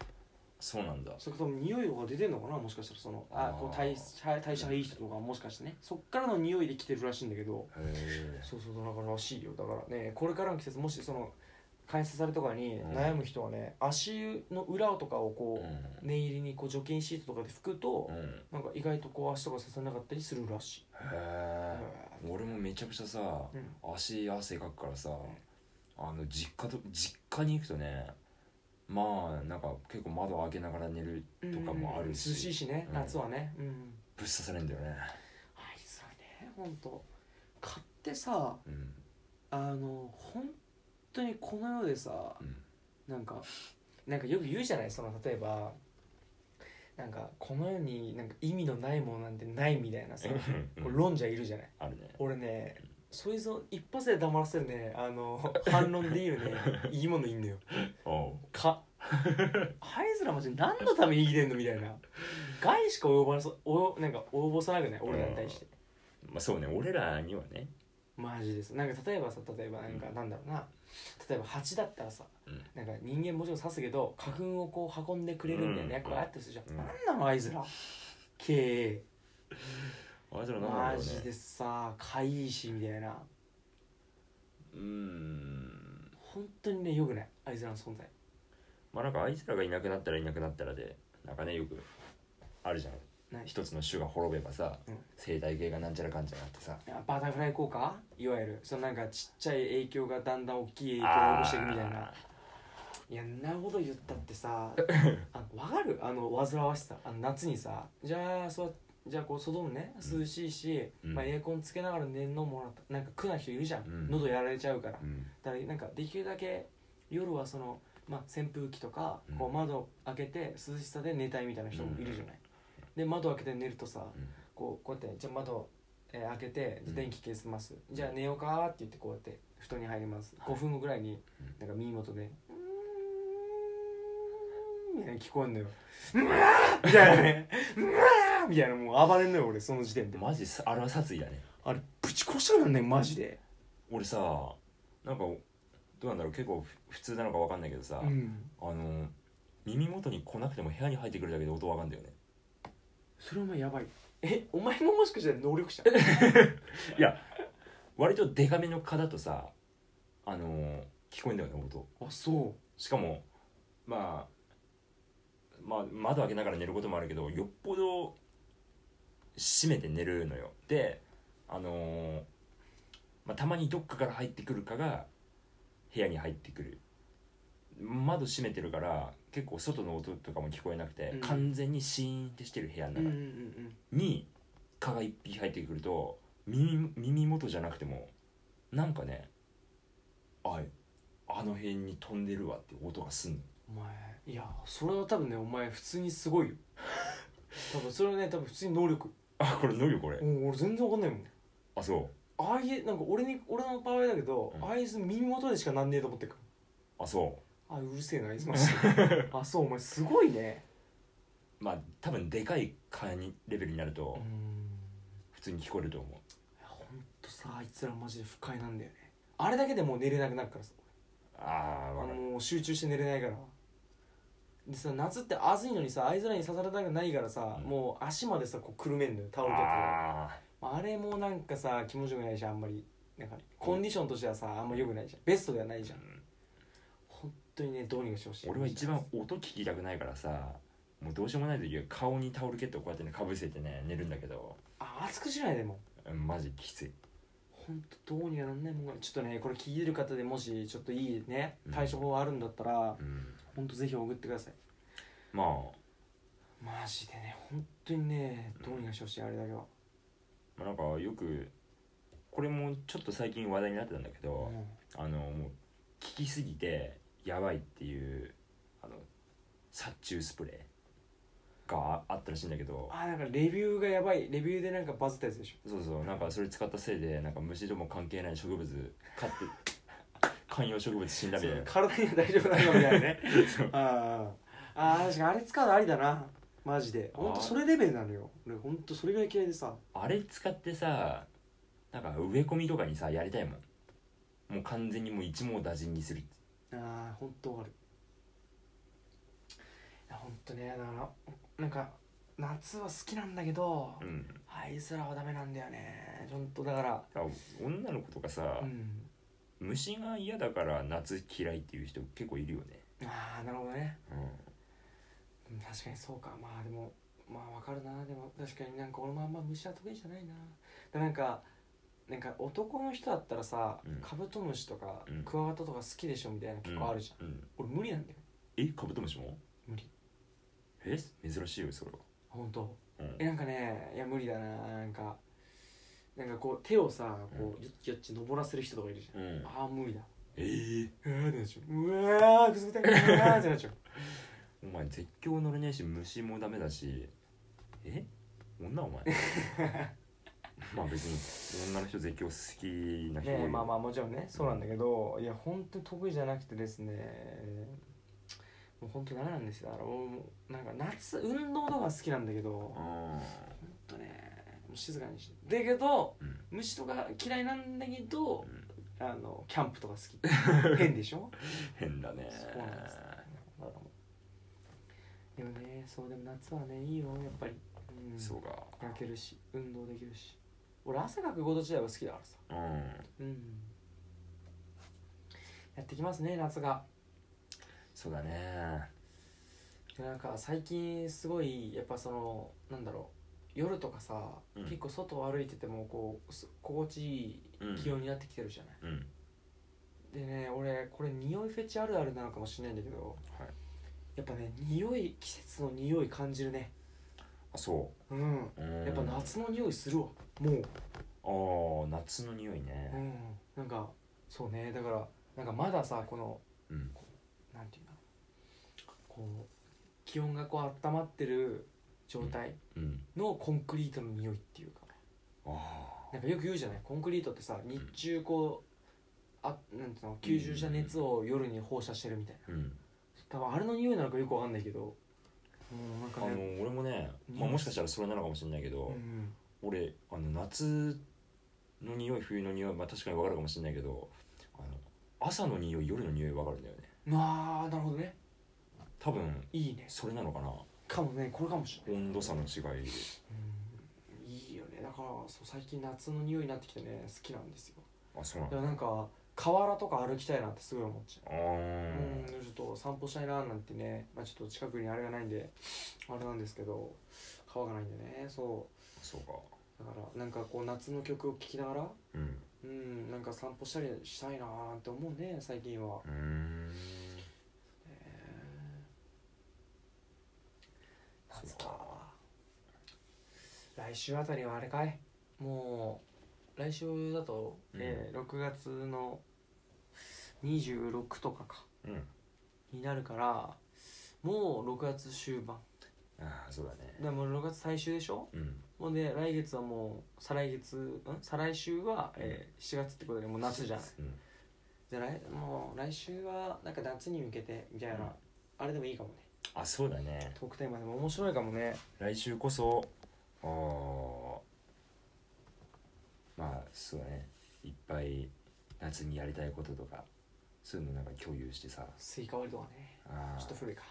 S2: そうなんだ
S1: それか多分匂いとか出てんのかなもしかしたらそのあ
S2: あー
S1: こう代謝代謝がいい人とかもしかしてねそっからの匂いで来てるらしいんだけど
S2: へえ
S1: そうそうだかららしいよだからねこれからの季節もしその関節されとかに
S2: うん
S1: 悩む人はね、足の裏とかを
S2: う
S1: こう、
S2: ん
S1: 念入りにこう除菌シートとかで拭くと、
S2: うんへ
S1: なんか意外とこう足とか刺されなかったりするらしい、
S2: え俺もめちゃくちゃさ
S1: うん
S2: 足汗かくからさあの実家と実家に行くとねまあなんか結構窓開けながら寝るとかもあるし、
S1: 涼しいしね
S2: うん
S1: 夏はねうん
S2: ぶっ刺されんだよね
S1: あいつらね本当買ってさ
S2: うん
S1: あの本当にこの世でさ
S2: うん
S1: なんかなんかよく言うじゃないその例えばなんかこの世になんか意味のないものなんてないみたいなさ
S2: うんうん
S1: 論者いるじゃない
S2: あるね
S1: 俺ねそいつを一発で黙らせるねあの反論で言うね いいものいいんだよ
S2: おう
S1: かあいつらマジ何のために生きてんのみたいな害しか及ばなそおよなんか及ぼさなくない俺らに対して
S2: まあそうね俺らにはね
S1: マジですなんか例えばさ例えばなんかなんだろうな、例えば蜂だったらさ、
S2: うん
S1: なんか人間もちろん刺すけど花粉をこう運んでくれるみたいな役割あったりするじゃん、
S2: うん
S1: なんなのあいつら経営
S2: あいつらなんだ
S1: マ
S2: ろう
S1: ジで
S2: ね
S1: さかいいしみたいな
S2: うーん
S1: 本当にねよくないあいつらの存在
S2: まあなんかあいつらがいなくなったらいなくなったらでなんかねよくあるじゃん
S1: ない
S2: 一つの種が滅べばさ、
S1: うん
S2: 生態系がなんちゃらかんちゃらってさ
S1: あバタフライ効果いわゆるそのなんかちっちゃい影響がだんだん大きい影響を及ぼしていくみたいな
S2: あ
S1: いやんなこと言ったって さあわかるあの煩わしさあの夏にさじゃあそうじゃあこう外もね涼しいし、
S2: うん
S1: まあ、エアコンつけながら寝るのもらったなんか苦な人いるじゃん、
S2: うん
S1: 喉やられちゃうから
S2: ーうん
S1: だからなんかできるだけ夜はその、まあ、扇風機とか
S2: うん
S1: こう窓開けて涼しさで寝たいみたいな人もいるじゃない、で窓開けて寝るとさ
S2: うん
S1: こうこうやってじゃあ窓、えー開けて
S2: うん
S1: 電気消せます、じゃあ寝ようかーって言ってこうやって布団に入ります、5分後ぐらいに
S2: うん
S1: なんか耳元で「うーん」みたいな聞こえんのよ「うわー!」みたいなね「うわー!」みたいなもう暴れんのよ俺その時点で
S2: マジさあれは殺意だね
S1: あれぶち殺したくなんねマジで
S2: 俺さなんかどうなんだろう結構ふ普通なのかわかんないけどさ、
S1: うん
S2: あの耳元に来なくても部屋に入ってくるだけで音わかんだよね
S1: それお前やばいえお前ももしかして能力者
S2: いや割とデカめの蚊だとさあの聞こえんだよね音
S1: あそ
S2: しかもまあまあ窓開けながら寝ることもあるけどよっぽど閉めて寝るのよであのーまあ、たまにどっかから入ってくるかが部屋に入ってくる窓閉めてるから結構外の音とかも聞こえなくて、
S1: うん
S2: 完全にシーンってしてる部屋の
S1: うう
S2: 中
S1: んうんうん
S2: に蚊が一匹入ってくると耳耳元じゃなくてもなんかねああの辺に飛んでるわって音がすんの
S1: お前いやそれは多分ねお前普通にすごいよ 多分それはね多分普通に能力
S2: あこれ飲むよこれ
S1: うん俺全然わかんないもん
S2: あそ
S1: ああいうなんか俺に俺の場合だけど、
S2: うん
S1: ああいつ耳元でしかなんねえと思ってるか
S2: うあそ
S1: らあうるせえなあいつマジであそうお前すごいね
S2: うまあ多分でかい蚊にレベルになる
S1: う
S2: と
S1: ん
S2: 普通に聞こえると思う
S1: いやほんとさあいつらマジで不快なんだよねあれだけでもう寝れなくなるからさ
S2: ああ
S1: あ
S2: わかる
S1: の集中して寝れないからでさ夏って暑いのにさあいつらに刺されたくないからさ、
S2: うん
S1: もう足までさこうくるめんのよタオルケットで
S2: あ
S1: まああれもなんかさ気持ちよくないじゃんあんまりなんかコンディションとしてはさあんまよくないじゃんベストではないじゃん本当にねどうにかしてほしい
S2: ー俺は一番音聞きたくないからさもうどうしようもない時は顔にタオルケットをこうやってねかぶせてね寝るんだけど
S1: あ熱くしないでも
S2: うんマジきつい
S1: 本当どうにかなんないもんがちょっとねこれ聞いてる方でもしちょっといいね
S2: うん
S1: 対処法あるんだったら、
S2: うん
S1: ほんとぜひ送ってください
S2: まあ
S1: マジでね本当にねどうにかしてほしいあれだけは、
S2: まあ、なんかよくこれもちょっと最近話題になってたんだけど、
S1: うん
S2: あのもう聞きすぎてやばいっていうあの殺虫スプレーがああったらしいんだけど
S1: あなんかレビューがやばいレビューでなんかバズったやつでし
S2: そうそうなんかそれ使ったせいでなんか虫とも関係ない植物飼って 観葉植物死ん
S1: ょ
S2: だみたいな
S1: 体には大丈夫なのみたいな ね
S2: そう
S1: あーあー確かにあれ使うのありだなマジでほんとそれレベルなのよ俺ほんとそれぐらい嫌いでさ
S2: あれ使ってさなんか植え込みとかにさやりたいもんもう完全にもう一網打尽にする
S1: ああほんとわかるいやほんとねだからなんか夏は好きなんだけど、
S2: うん
S1: あいつらはダメなんだよねほんとだから
S2: だから女の子とかさ、
S1: うん
S2: 虫が嫌だから夏嫌いっていう人結構いるよね、
S1: ああなるほどね
S2: う
S1: うん確かにそうかまあでもまあわかるなでも確かになんか俺もあんま虫は得意じゃないなでなんかなんか男の人だったらさ、
S2: うん
S1: カブトムシとか
S2: うん
S1: クワガタとか好きでしょみたいな結構あるじゃん、
S2: ん、うん、
S1: 俺無理なんだよ
S2: えカブトムシも
S1: 無理
S2: え珍しいよそれは、
S1: 本当
S2: うん
S1: えなんかねいや無理だななんかなんかこう手をさこうよっちよっち登らせる人とかいるじゃん
S2: うん、
S1: ああ無理だ
S2: えー、
S1: うわーってなっちゃううわーくすぐったいうわーってなっちゃう
S2: お前絶叫乗れねえし虫もダメだしえ女 お前まあ別に女の人絶叫好きな人
S1: ねえまあま
S2: あ
S1: あもちろんねそうなんだけどいや本当に得意じゃなくてですねもう本当にダメなんですよだから俺もなんか夏運動とかは好きなんだけど本当ねもう静かにしてだけど
S2: うん
S1: 虫とか嫌いなんだけど
S2: うん
S1: あのキャンプとか好 き変でしょ
S2: 変だね
S1: そうなんですだからもうでもねそうでも夏はねいいよやっぱり、うん、
S2: そうか
S1: かけるし運動できるし俺汗かくこと自体は好きだからさ
S2: うん
S1: うんやってきますね夏が
S2: そうだね
S1: でなんか最近すごいやっぱそのなんだろう夜とかさ、
S2: うん
S1: 結構外を歩いててもこうす心地い
S2: うん
S1: い気温になってきてるじゃない、
S2: うん
S1: でね俺これ匂いフェチあるあるなのかもしれないんだけど
S2: はい
S1: やっぱね匂い季節の匂い感じるね
S2: あそ
S1: うん
S2: ううん
S1: やっぱ夏の匂いするわもう
S2: あー夏の匂いうね
S1: んなんかそうねだからなんかまださこの
S2: うん
S1: なんていうのこう気温がこう温まってる状態
S2: うん
S1: のコンクリートの匂いっていうか
S2: あ
S1: なんかよく言うじゃないコンクリートってさ日中こうあなんていうの吸収した熱を夜に放射してるみたいな
S2: ーうん
S1: 多分あれの匂いなのかよくわかんないけどうんなん
S2: あ
S1: か
S2: の
S1: ね
S2: 俺もね、まあ、もしかしたらそれなのかもしれないけど、
S1: うん
S2: 俺あの夏の匂い冬の匂いまあ確かに分かるかもしれないけどあの朝の匂い夜の匂い分かるんだよね
S1: あーなるほどね
S2: 多分
S1: いいね
S2: それなのかな
S1: かもねこれかもしれない
S2: 温度差の違い
S1: うんいいよねだからそう最近夏の匂いになってきてね好きなんですよ
S2: あそうなん
S1: で
S2: だ
S1: もなんか河原とか歩きたいなってすごい思っちゃう
S2: あ
S1: うん、
S2: ー
S1: ちょっと散歩したいななんてね、まあ、ちょっと近くにあれがないんであれなんですけど川がないんでねそ
S2: そうか
S1: うだからなんかこう夏の曲を聴きながら
S2: うん
S1: うんなんか散歩したりしたいななんて思うね最近は、
S2: うーん
S1: えー、夏か来週あたりはあれかいもう来週だと、
S2: うん
S1: えー6月の26とかか
S2: うん
S1: になるからもう6月終盤
S2: ああそうだね
S1: でもう6月最終でしょ
S2: うん
S1: もうで来月はもう再来月ん再来週は、えー7月ってことでもう夏じゃない
S2: うん
S1: じゃあ来もう来週はなんか夏に向けてみたいな、
S2: うん
S1: あれでもいいかもね
S2: あそうだね
S1: トークテーマでも面白いかもね
S2: 来週こそあーまあそうだねいっぱい夏にやりたいこととかそういうのなんか共有してさ
S1: スイカ割りとかね
S2: あー
S1: ちょっと古いか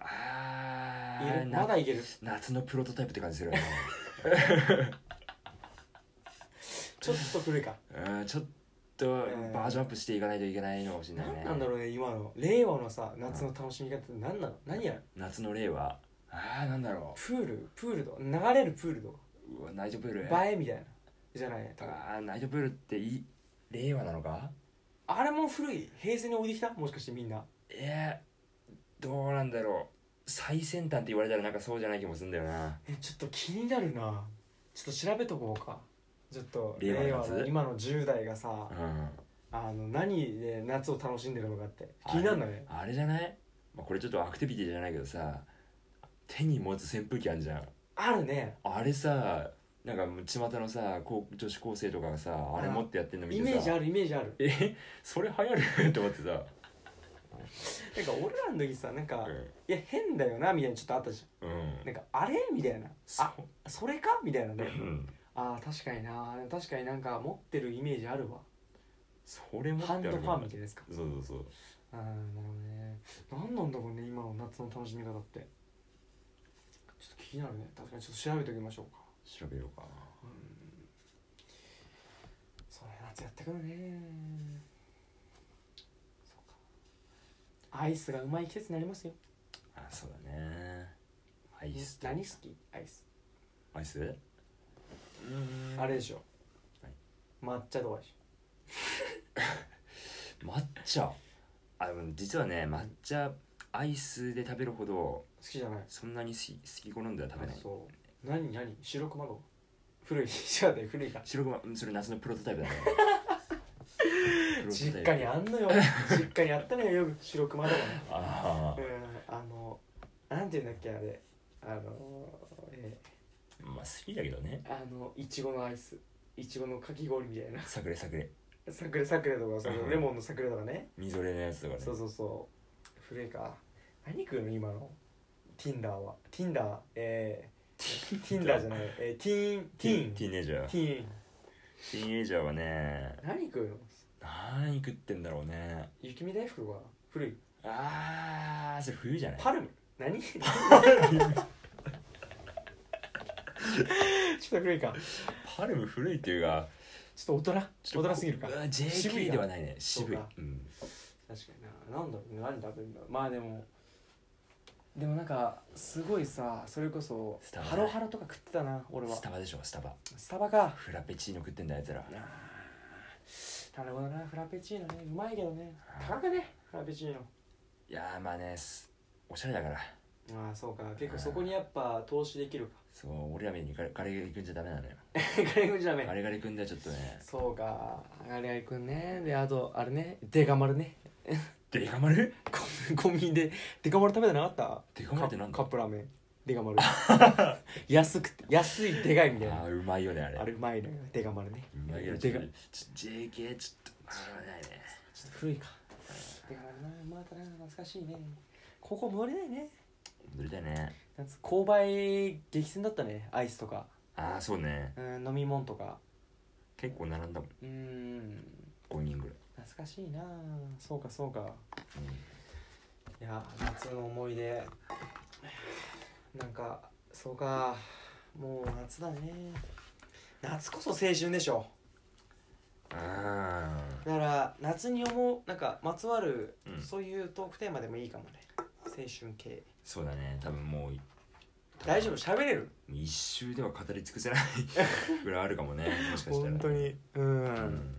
S2: あ
S1: い
S2: ー
S1: ける
S2: な
S1: まだいける
S2: 夏のプロトタイプって感じする よね
S1: ちょっと 古いか
S2: うんちょっと
S1: ん
S2: バージョンアップしていかないといけないのかもしれないね
S1: 何なんだろうね今の令和のさ夏の楽しみ方って何なの何やる
S2: 夏の令和ああなんだろ
S1: プールプールとか流れるプールとか
S2: ううわナイトプール
S1: 映えみたいなじゃない
S2: あーナイトプールっていい令和なのか
S1: あれも古い平成に置いてきたもしかしてみんな
S2: えー、どうなんだろう最先端って言われたらなんかそうじゃない気もするんだよな
S1: えちょっと気になるなちょっと調べとこうかちょっと
S2: 令和の
S1: 令和
S2: 夏
S1: の今の10代がさ、
S2: うん
S1: あの何で夏を楽しんでるのかって気になるのね
S2: あれじゃない、まあ、これちょっとアクティビティじゃないけどさ手に持つ扇風機あんじゃん
S1: あるね
S2: あれさなんかもう巷のさこう女子高生とかがさあれ持ってやってんの見て
S1: イ
S2: さ
S1: メージあるイメージある
S2: えそれ流行ると思ってさ、
S1: なんか俺らの時さなんか、
S2: う
S1: い
S2: ん
S1: や変だよなみたいなちょっとあったじ
S2: うん
S1: ゃんなんかあれみたいな
S2: そ
S1: あそれかみたいな
S2: うう
S1: ね
S2: ん
S1: あー確かになでも確かになんか持ってるイメージあるわ
S2: それ持って
S1: ハ
S2: あ
S1: ン
S2: る
S1: ド
S2: の
S1: ファンみたいなですか
S2: そうそうそう
S1: あーなるほどね何なんだろうね今の夏の楽しみ方ってちょっと気になるね確かにちょっと調べておきましょうか
S2: 調べようかな
S1: うんそうね夏やってくるねそうかアイスがうまい季節になりますよ
S2: あそうだねアイスと
S1: 何好きアイス
S2: アイスうーん
S1: あれでしょ、
S2: はい
S1: 抹茶とかでし
S2: 抹茶あでも実はね抹茶アイスで食べるほど
S1: きじゃない
S2: そんなに好き好き好んでは食べない
S1: そう何何白熊の古い 違うね古いか
S2: 白ごまうんそれ夏のプロトタイプだねプロトタ イ
S1: 実
S2: プ
S1: 家にあんのよ実家にあったのよよく白熊だか
S2: あ
S1: ら、うん、あのなんていうんだっけあれあのえ
S2: あまあ好きだけどね
S1: ーあのいちごのアイスいちごのかき氷みたいな
S2: さくれさくれ
S1: さくれさくれとかそのレモンのさくれとかね
S2: みぞれのやつとかね
S1: そうそうそう古いか何食うの今の Tinder は Tinder え ー、Tinder じゃないえー、ティーンテ
S2: テ
S1: ィ
S2: ィ
S1: ー
S2: ー
S1: ン
S2: ン
S1: テ
S2: ティーンエイジャーテ
S1: ィーン
S2: ィーンエイジャーはね
S1: 何食うの
S2: 何食ってんだろうね
S1: 雪見大福は古い
S2: あーそれ冬じゃない
S1: パルム何 ちょっと古いか
S2: パルム古いっていうか
S1: ちょっと大
S2: ち
S1: 人
S2: ょっ
S1: 大
S2: と
S1: 人すぎるか
S2: うわ
S1: 確か
S2: JK ではないね渋
S1: そう
S2: い
S1: か
S2: うん
S1: にな何だろうね何食べるんだろうまあでもでもなんかすごいさそれこそ
S2: スタバ
S1: ハロハロとか食ってたな俺は
S2: スタバでしょスタバ
S1: スタバか
S2: フラペチーノ食ってんだやつら
S1: なるほどなフラペチーノねうまいけどね高くねフラペチーノ
S2: いやーまあねすおしゃれだから
S1: ああそうか結構そこにやっぱ投資できるか
S2: そう俺らみたいにガレガレ君じゃダメなのよ
S1: ガリ君じゃダメ
S2: ガレガレ君ではちょっとね
S1: そうかガリガリ君ねであとあれねデカ丸ね
S2: デカマル
S1: コンビニでデカ丸食べてなかった
S2: デカマルってなんだ
S1: カップラーメンデカ丸 安くて安いでかいみたい
S2: あ
S1: な
S2: ーうまいよねあれ
S1: あれうまいねデカ丸ね
S2: うまいよち
S1: デ
S2: ょ
S1: カ
S2: っとちょ JK ちょっとあーないね
S1: ちょっと古いかデカ丸なうまかったな懐かしいね高校戻れないね
S2: 無理だね
S1: 夏購買激戦だったねアイスとか
S2: ああそうね
S1: うん飲み物とか
S2: 結構並んだもん
S1: うーん
S2: 5人ぐらい、
S1: 懐かしいなあそうかそうか
S2: うん
S1: いや夏の思い出なんかそうかもう夏だね夏こそ青春でしょ
S2: あ
S1: だから夏に思うなんかまつわる、
S2: うん
S1: そういうトークテーマでもいいかもね青春系
S2: そうだね多分もう
S1: 大丈夫喋れる
S2: 一周では語り尽くせないぐらいあるかもねもしかしたら
S1: 本当にうん、
S2: うん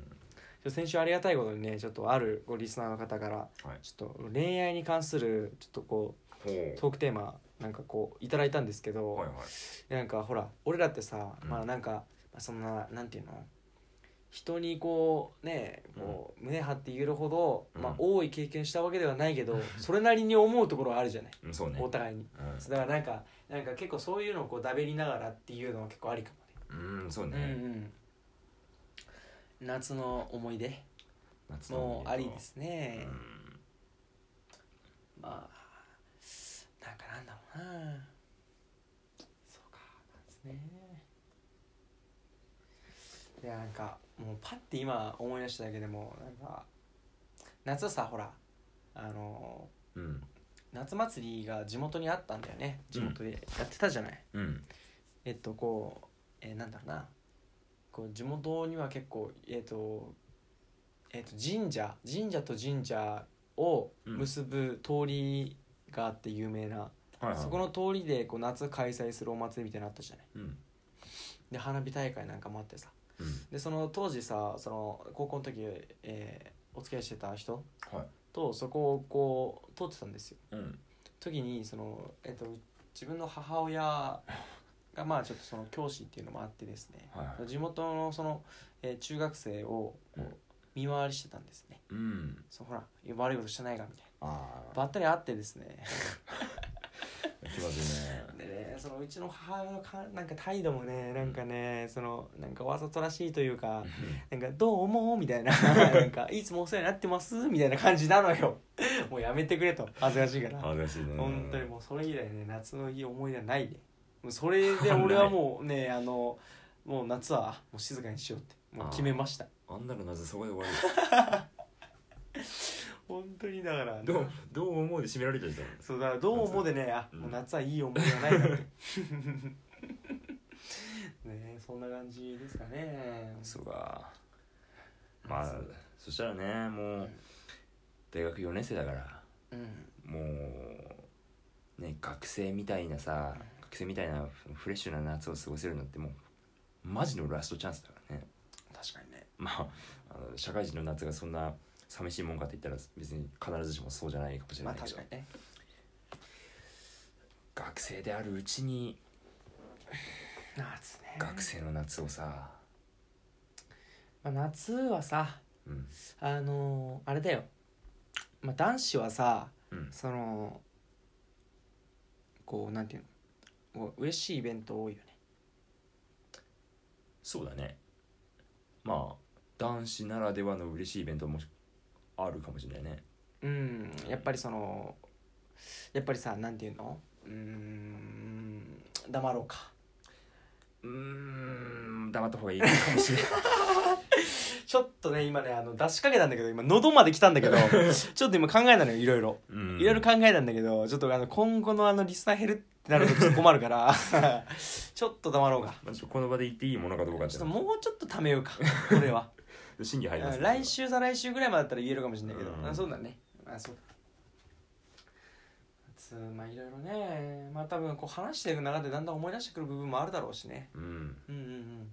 S1: ちょ先週ありがたいことにねちょっとあるごリスナーの方から
S2: はい
S1: ちょっと恋愛に関するちょっとこ
S2: ほ
S1: う
S2: う
S1: トークテーマなんかこういただいたんですけど、
S2: はいはい
S1: なんかほら俺らってさ、
S2: うん
S1: まあなんかそんななんていうの人にこうねこう胸張って言えるほど、
S2: うん
S1: まあ多い経験したわけではないけど、それなりに思うところはあるじゃない
S2: うんそうね
S1: お互いにだからなんかなんか結構そういうのをこうだべりながらっていうのは結構ありか
S2: うん、うん、そう
S1: もね、
S2: ね、
S1: うんうん夏の思い出
S2: 夏の
S1: も
S2: 思い出と
S1: ありですね、
S2: うん
S1: まあなんかなんだろうなそうか夏ねいやなんかもうパッて今思い出しただけでもなんか夏はさほらあの
S2: うん
S1: 夏祭りが地元にあったんだよね地元でやってたじゃない、
S2: うん
S1: えっとこう、えーなんだろうなこう地元には結構えっ、とえっ、と神社神社と神社を結ぶ通りがあって有名な、
S2: はいはい
S1: そこの通りでこう夏開催するお祭りみたいなのあったじゃない
S2: うん
S1: で花火大会なんかもあってさ
S2: うん
S1: でその当時さその高校の時、えーお付き合いしてた人
S2: はい
S1: とそこをこう通ってたんですよ
S2: うん
S1: 時にその、えっと自分の母親がまあちょっとその教師っていうのもあってですね
S2: はいはい
S1: 地元のその、えー中学生をこう
S2: うん
S1: 見回りしてたんですね、
S2: うん
S1: そうほら悪いことしてないかみたい
S2: あ
S1: な
S2: あ
S1: ばったり会ってですね
S2: 気まずいね
S1: でねそのうちの母親のかなんか態度もねなんかねそのなんかわざとらしいというかなんか「どう思う?」みた いな「なんかいつもお世話になってます?」みたいな感じなのよもうやめてくれと恥ずかしいから
S2: 恥ずかしいね
S1: 本当にもうそれ以来ね夏のいい思い出はないでもうそれで俺はもうねあのもう夏はもう静かにしようってもう決めました
S2: あんなの謎そこで終わ
S1: 本当にだから
S2: りどうどう思うで締められちゃったの
S1: そうだからどうもでねあ
S2: うん
S1: もう夏はいい思い出はないな ってねえそんな感じですかね
S2: そうかまあ
S1: そう
S2: そしたらねもう大学4年生だから
S1: うん
S2: もうね学生みたいなさ学生みたいなフレッシュな夏を過ごせるのってもうマジのラストチャンスだからね
S1: 確かにね
S2: まああの社会人の夏がそんな寂しいもんかって言ったら別に必ずしもそうじゃないかもしれ
S1: ま
S2: な
S1: あ
S2: いけ
S1: 確
S2: ど、
S1: かにね
S2: 学生であるうちに
S1: 夏ね
S2: 学生の夏をさ、
S1: まあ、夏はさ
S2: うん
S1: あのーあれだよ、まあ、男子はさ
S2: うん、
S1: そのこうなんていうのこう嬉しいイベント多いよね
S2: そうだねまあ男子ならではの嬉しいイベントもあるかもしれないね
S1: うんやっぱりそのやっぱりさなんていうのうーん黙ろうか
S2: うーん黙った方がいいかもしれない
S1: ちょっとね今ねあの出しかけたんだけど今喉まで来たん だけどちょっと今考えたのよいろいろ
S2: うん
S1: いろいろ考えたんだけどちょっとあの今後のあのリスナー減るってなるとちょっと困るから ちょっと黙ろうか
S2: まあちょっとこの場で言っていいものかどうか
S1: ち
S2: ち
S1: ょっ
S2: ょ
S1: と
S2: っ
S1: もうちょっとためようかこれ は
S2: と審議入ります
S1: う
S2: け
S1: ん
S2: ど
S1: 来週再来週ぐらいまでだったら言えるかもしれないけど、
S2: うん
S1: あそうだねあそうだ夏まあいろいろねまあ多分こう話していく中でだんだん思い出してくる部分もあるだろうしね
S2: うん
S1: うんうんうん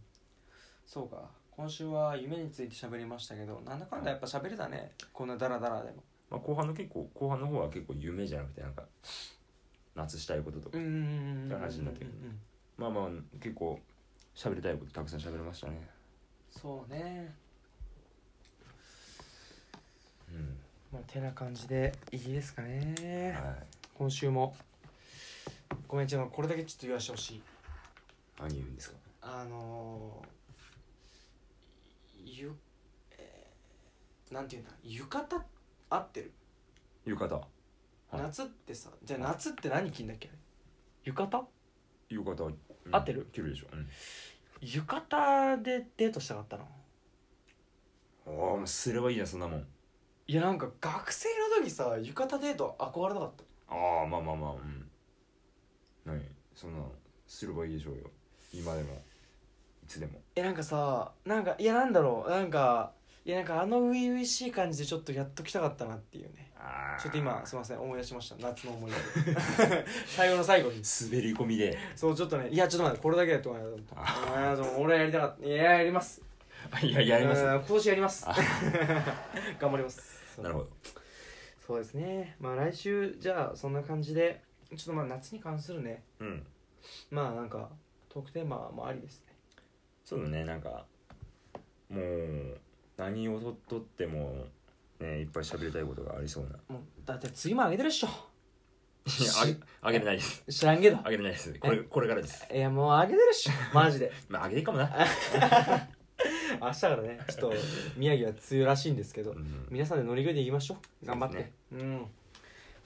S1: そうか今週は夢について喋りましたけどなんだかんだやっぱ喋れたねこんなダラダラでも
S2: まあ、後半の結構後半の方は結構夢じゃなくてなんか夏したいこととか、
S1: うんうんうんうん
S2: って話になってくる
S1: うんうん
S2: まあまあ結構喋りたいことたくさん喋れましたね
S1: そうね
S2: うん
S1: まあてな感じでいいですかね
S2: はい
S1: 今週もごめんちょっとこれだけちょっと言わしてほしい
S2: 何言うんですか
S1: あのー、ゆ、えー、なんていうんだ浴衣合ってる、
S2: 浴衣はい
S1: 夏ってさじゃあ夏って何着んだっけ浴衣
S2: 浴衣、うん
S1: 合ってる
S2: 着るでしょ、うん、
S1: 浴衣でデートしたかったの
S2: ああもうすればいいじゃんそんなもん
S1: いやなんか学生の時さ浴衣デート憧れなかった
S2: ああまあまあまあうん何そんなのすればいいでしょうよ今でもいつでも
S1: えなんかさなんかいやなんだろうなんかいやなんかあの初々しい感じでちょっとやっときたかったなっていうね
S2: ああ
S1: ちょっと今すいません思い出しました夏の思い 出最後の最後に
S2: 滑り込みで
S1: そうちょっとねいやちょっと待ってこれだけだと思うあーでも俺はやりたかったいややります
S2: あ いややります
S1: うん今年やります
S2: あ
S1: 頑張ります
S2: なるほど
S1: そうですねまあ来週じゃあそんな感じでちょっとまあ夏に関するね
S2: うん
S1: まあなんかトークテーマもありですね
S2: そうだねなんかもう何をととってもねいっぱい喋りたいことがありそうな
S1: もうだって次もあげてるっしょ
S2: いや あげあげれないです
S1: 知らんけど
S2: あげれないですこれこれからです
S1: いやもうあげてるっしょマジで
S2: まああげれるかもな、
S1: 明日からねちょっと宮城は梅雨らしいんですけど
S2: うん
S1: 皆さんで乗り越えていきましょう
S2: そう
S1: 頑
S2: です
S1: 張っ
S2: ね
S1: てうん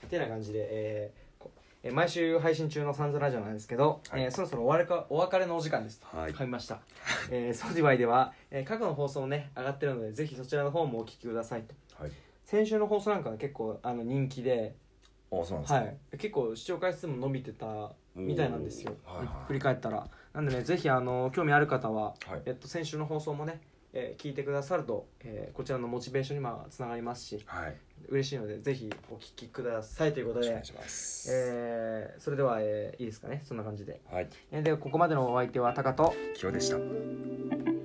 S1: てな感じで、えーこえー毎週配信中のサンズラジオなんですけど、
S2: はい
S1: えーそろそろお別れかお別れのお時間ですと
S2: はい
S1: 噛みました、えー、Spotify では、えー過去の放送もね上がってるのでぜひそちらの方もお聞きくださいと
S2: はい
S1: 先週の放送なんかは結構あの人気で、
S2: あそうなんですか、
S1: はい、結構視聴回数も伸びてたみたいなんですよ、
S2: おーはいはい
S1: 振り返ったらなんでねぜひあの興味ある方は
S2: はい
S1: えっと、先週の放送もね、えー聞いてくださると、えーこちらのモチベーションにもつながりますし
S2: はい
S1: 嬉しいのでぜひお聞きくださいということ
S2: よろしくお
S1: で
S2: 願い、します、
S1: えーそれでは、えーいいですかねそんな感じで、
S2: はい
S1: えーではここまでのお相手はタカと
S2: 今日でした
S1: 「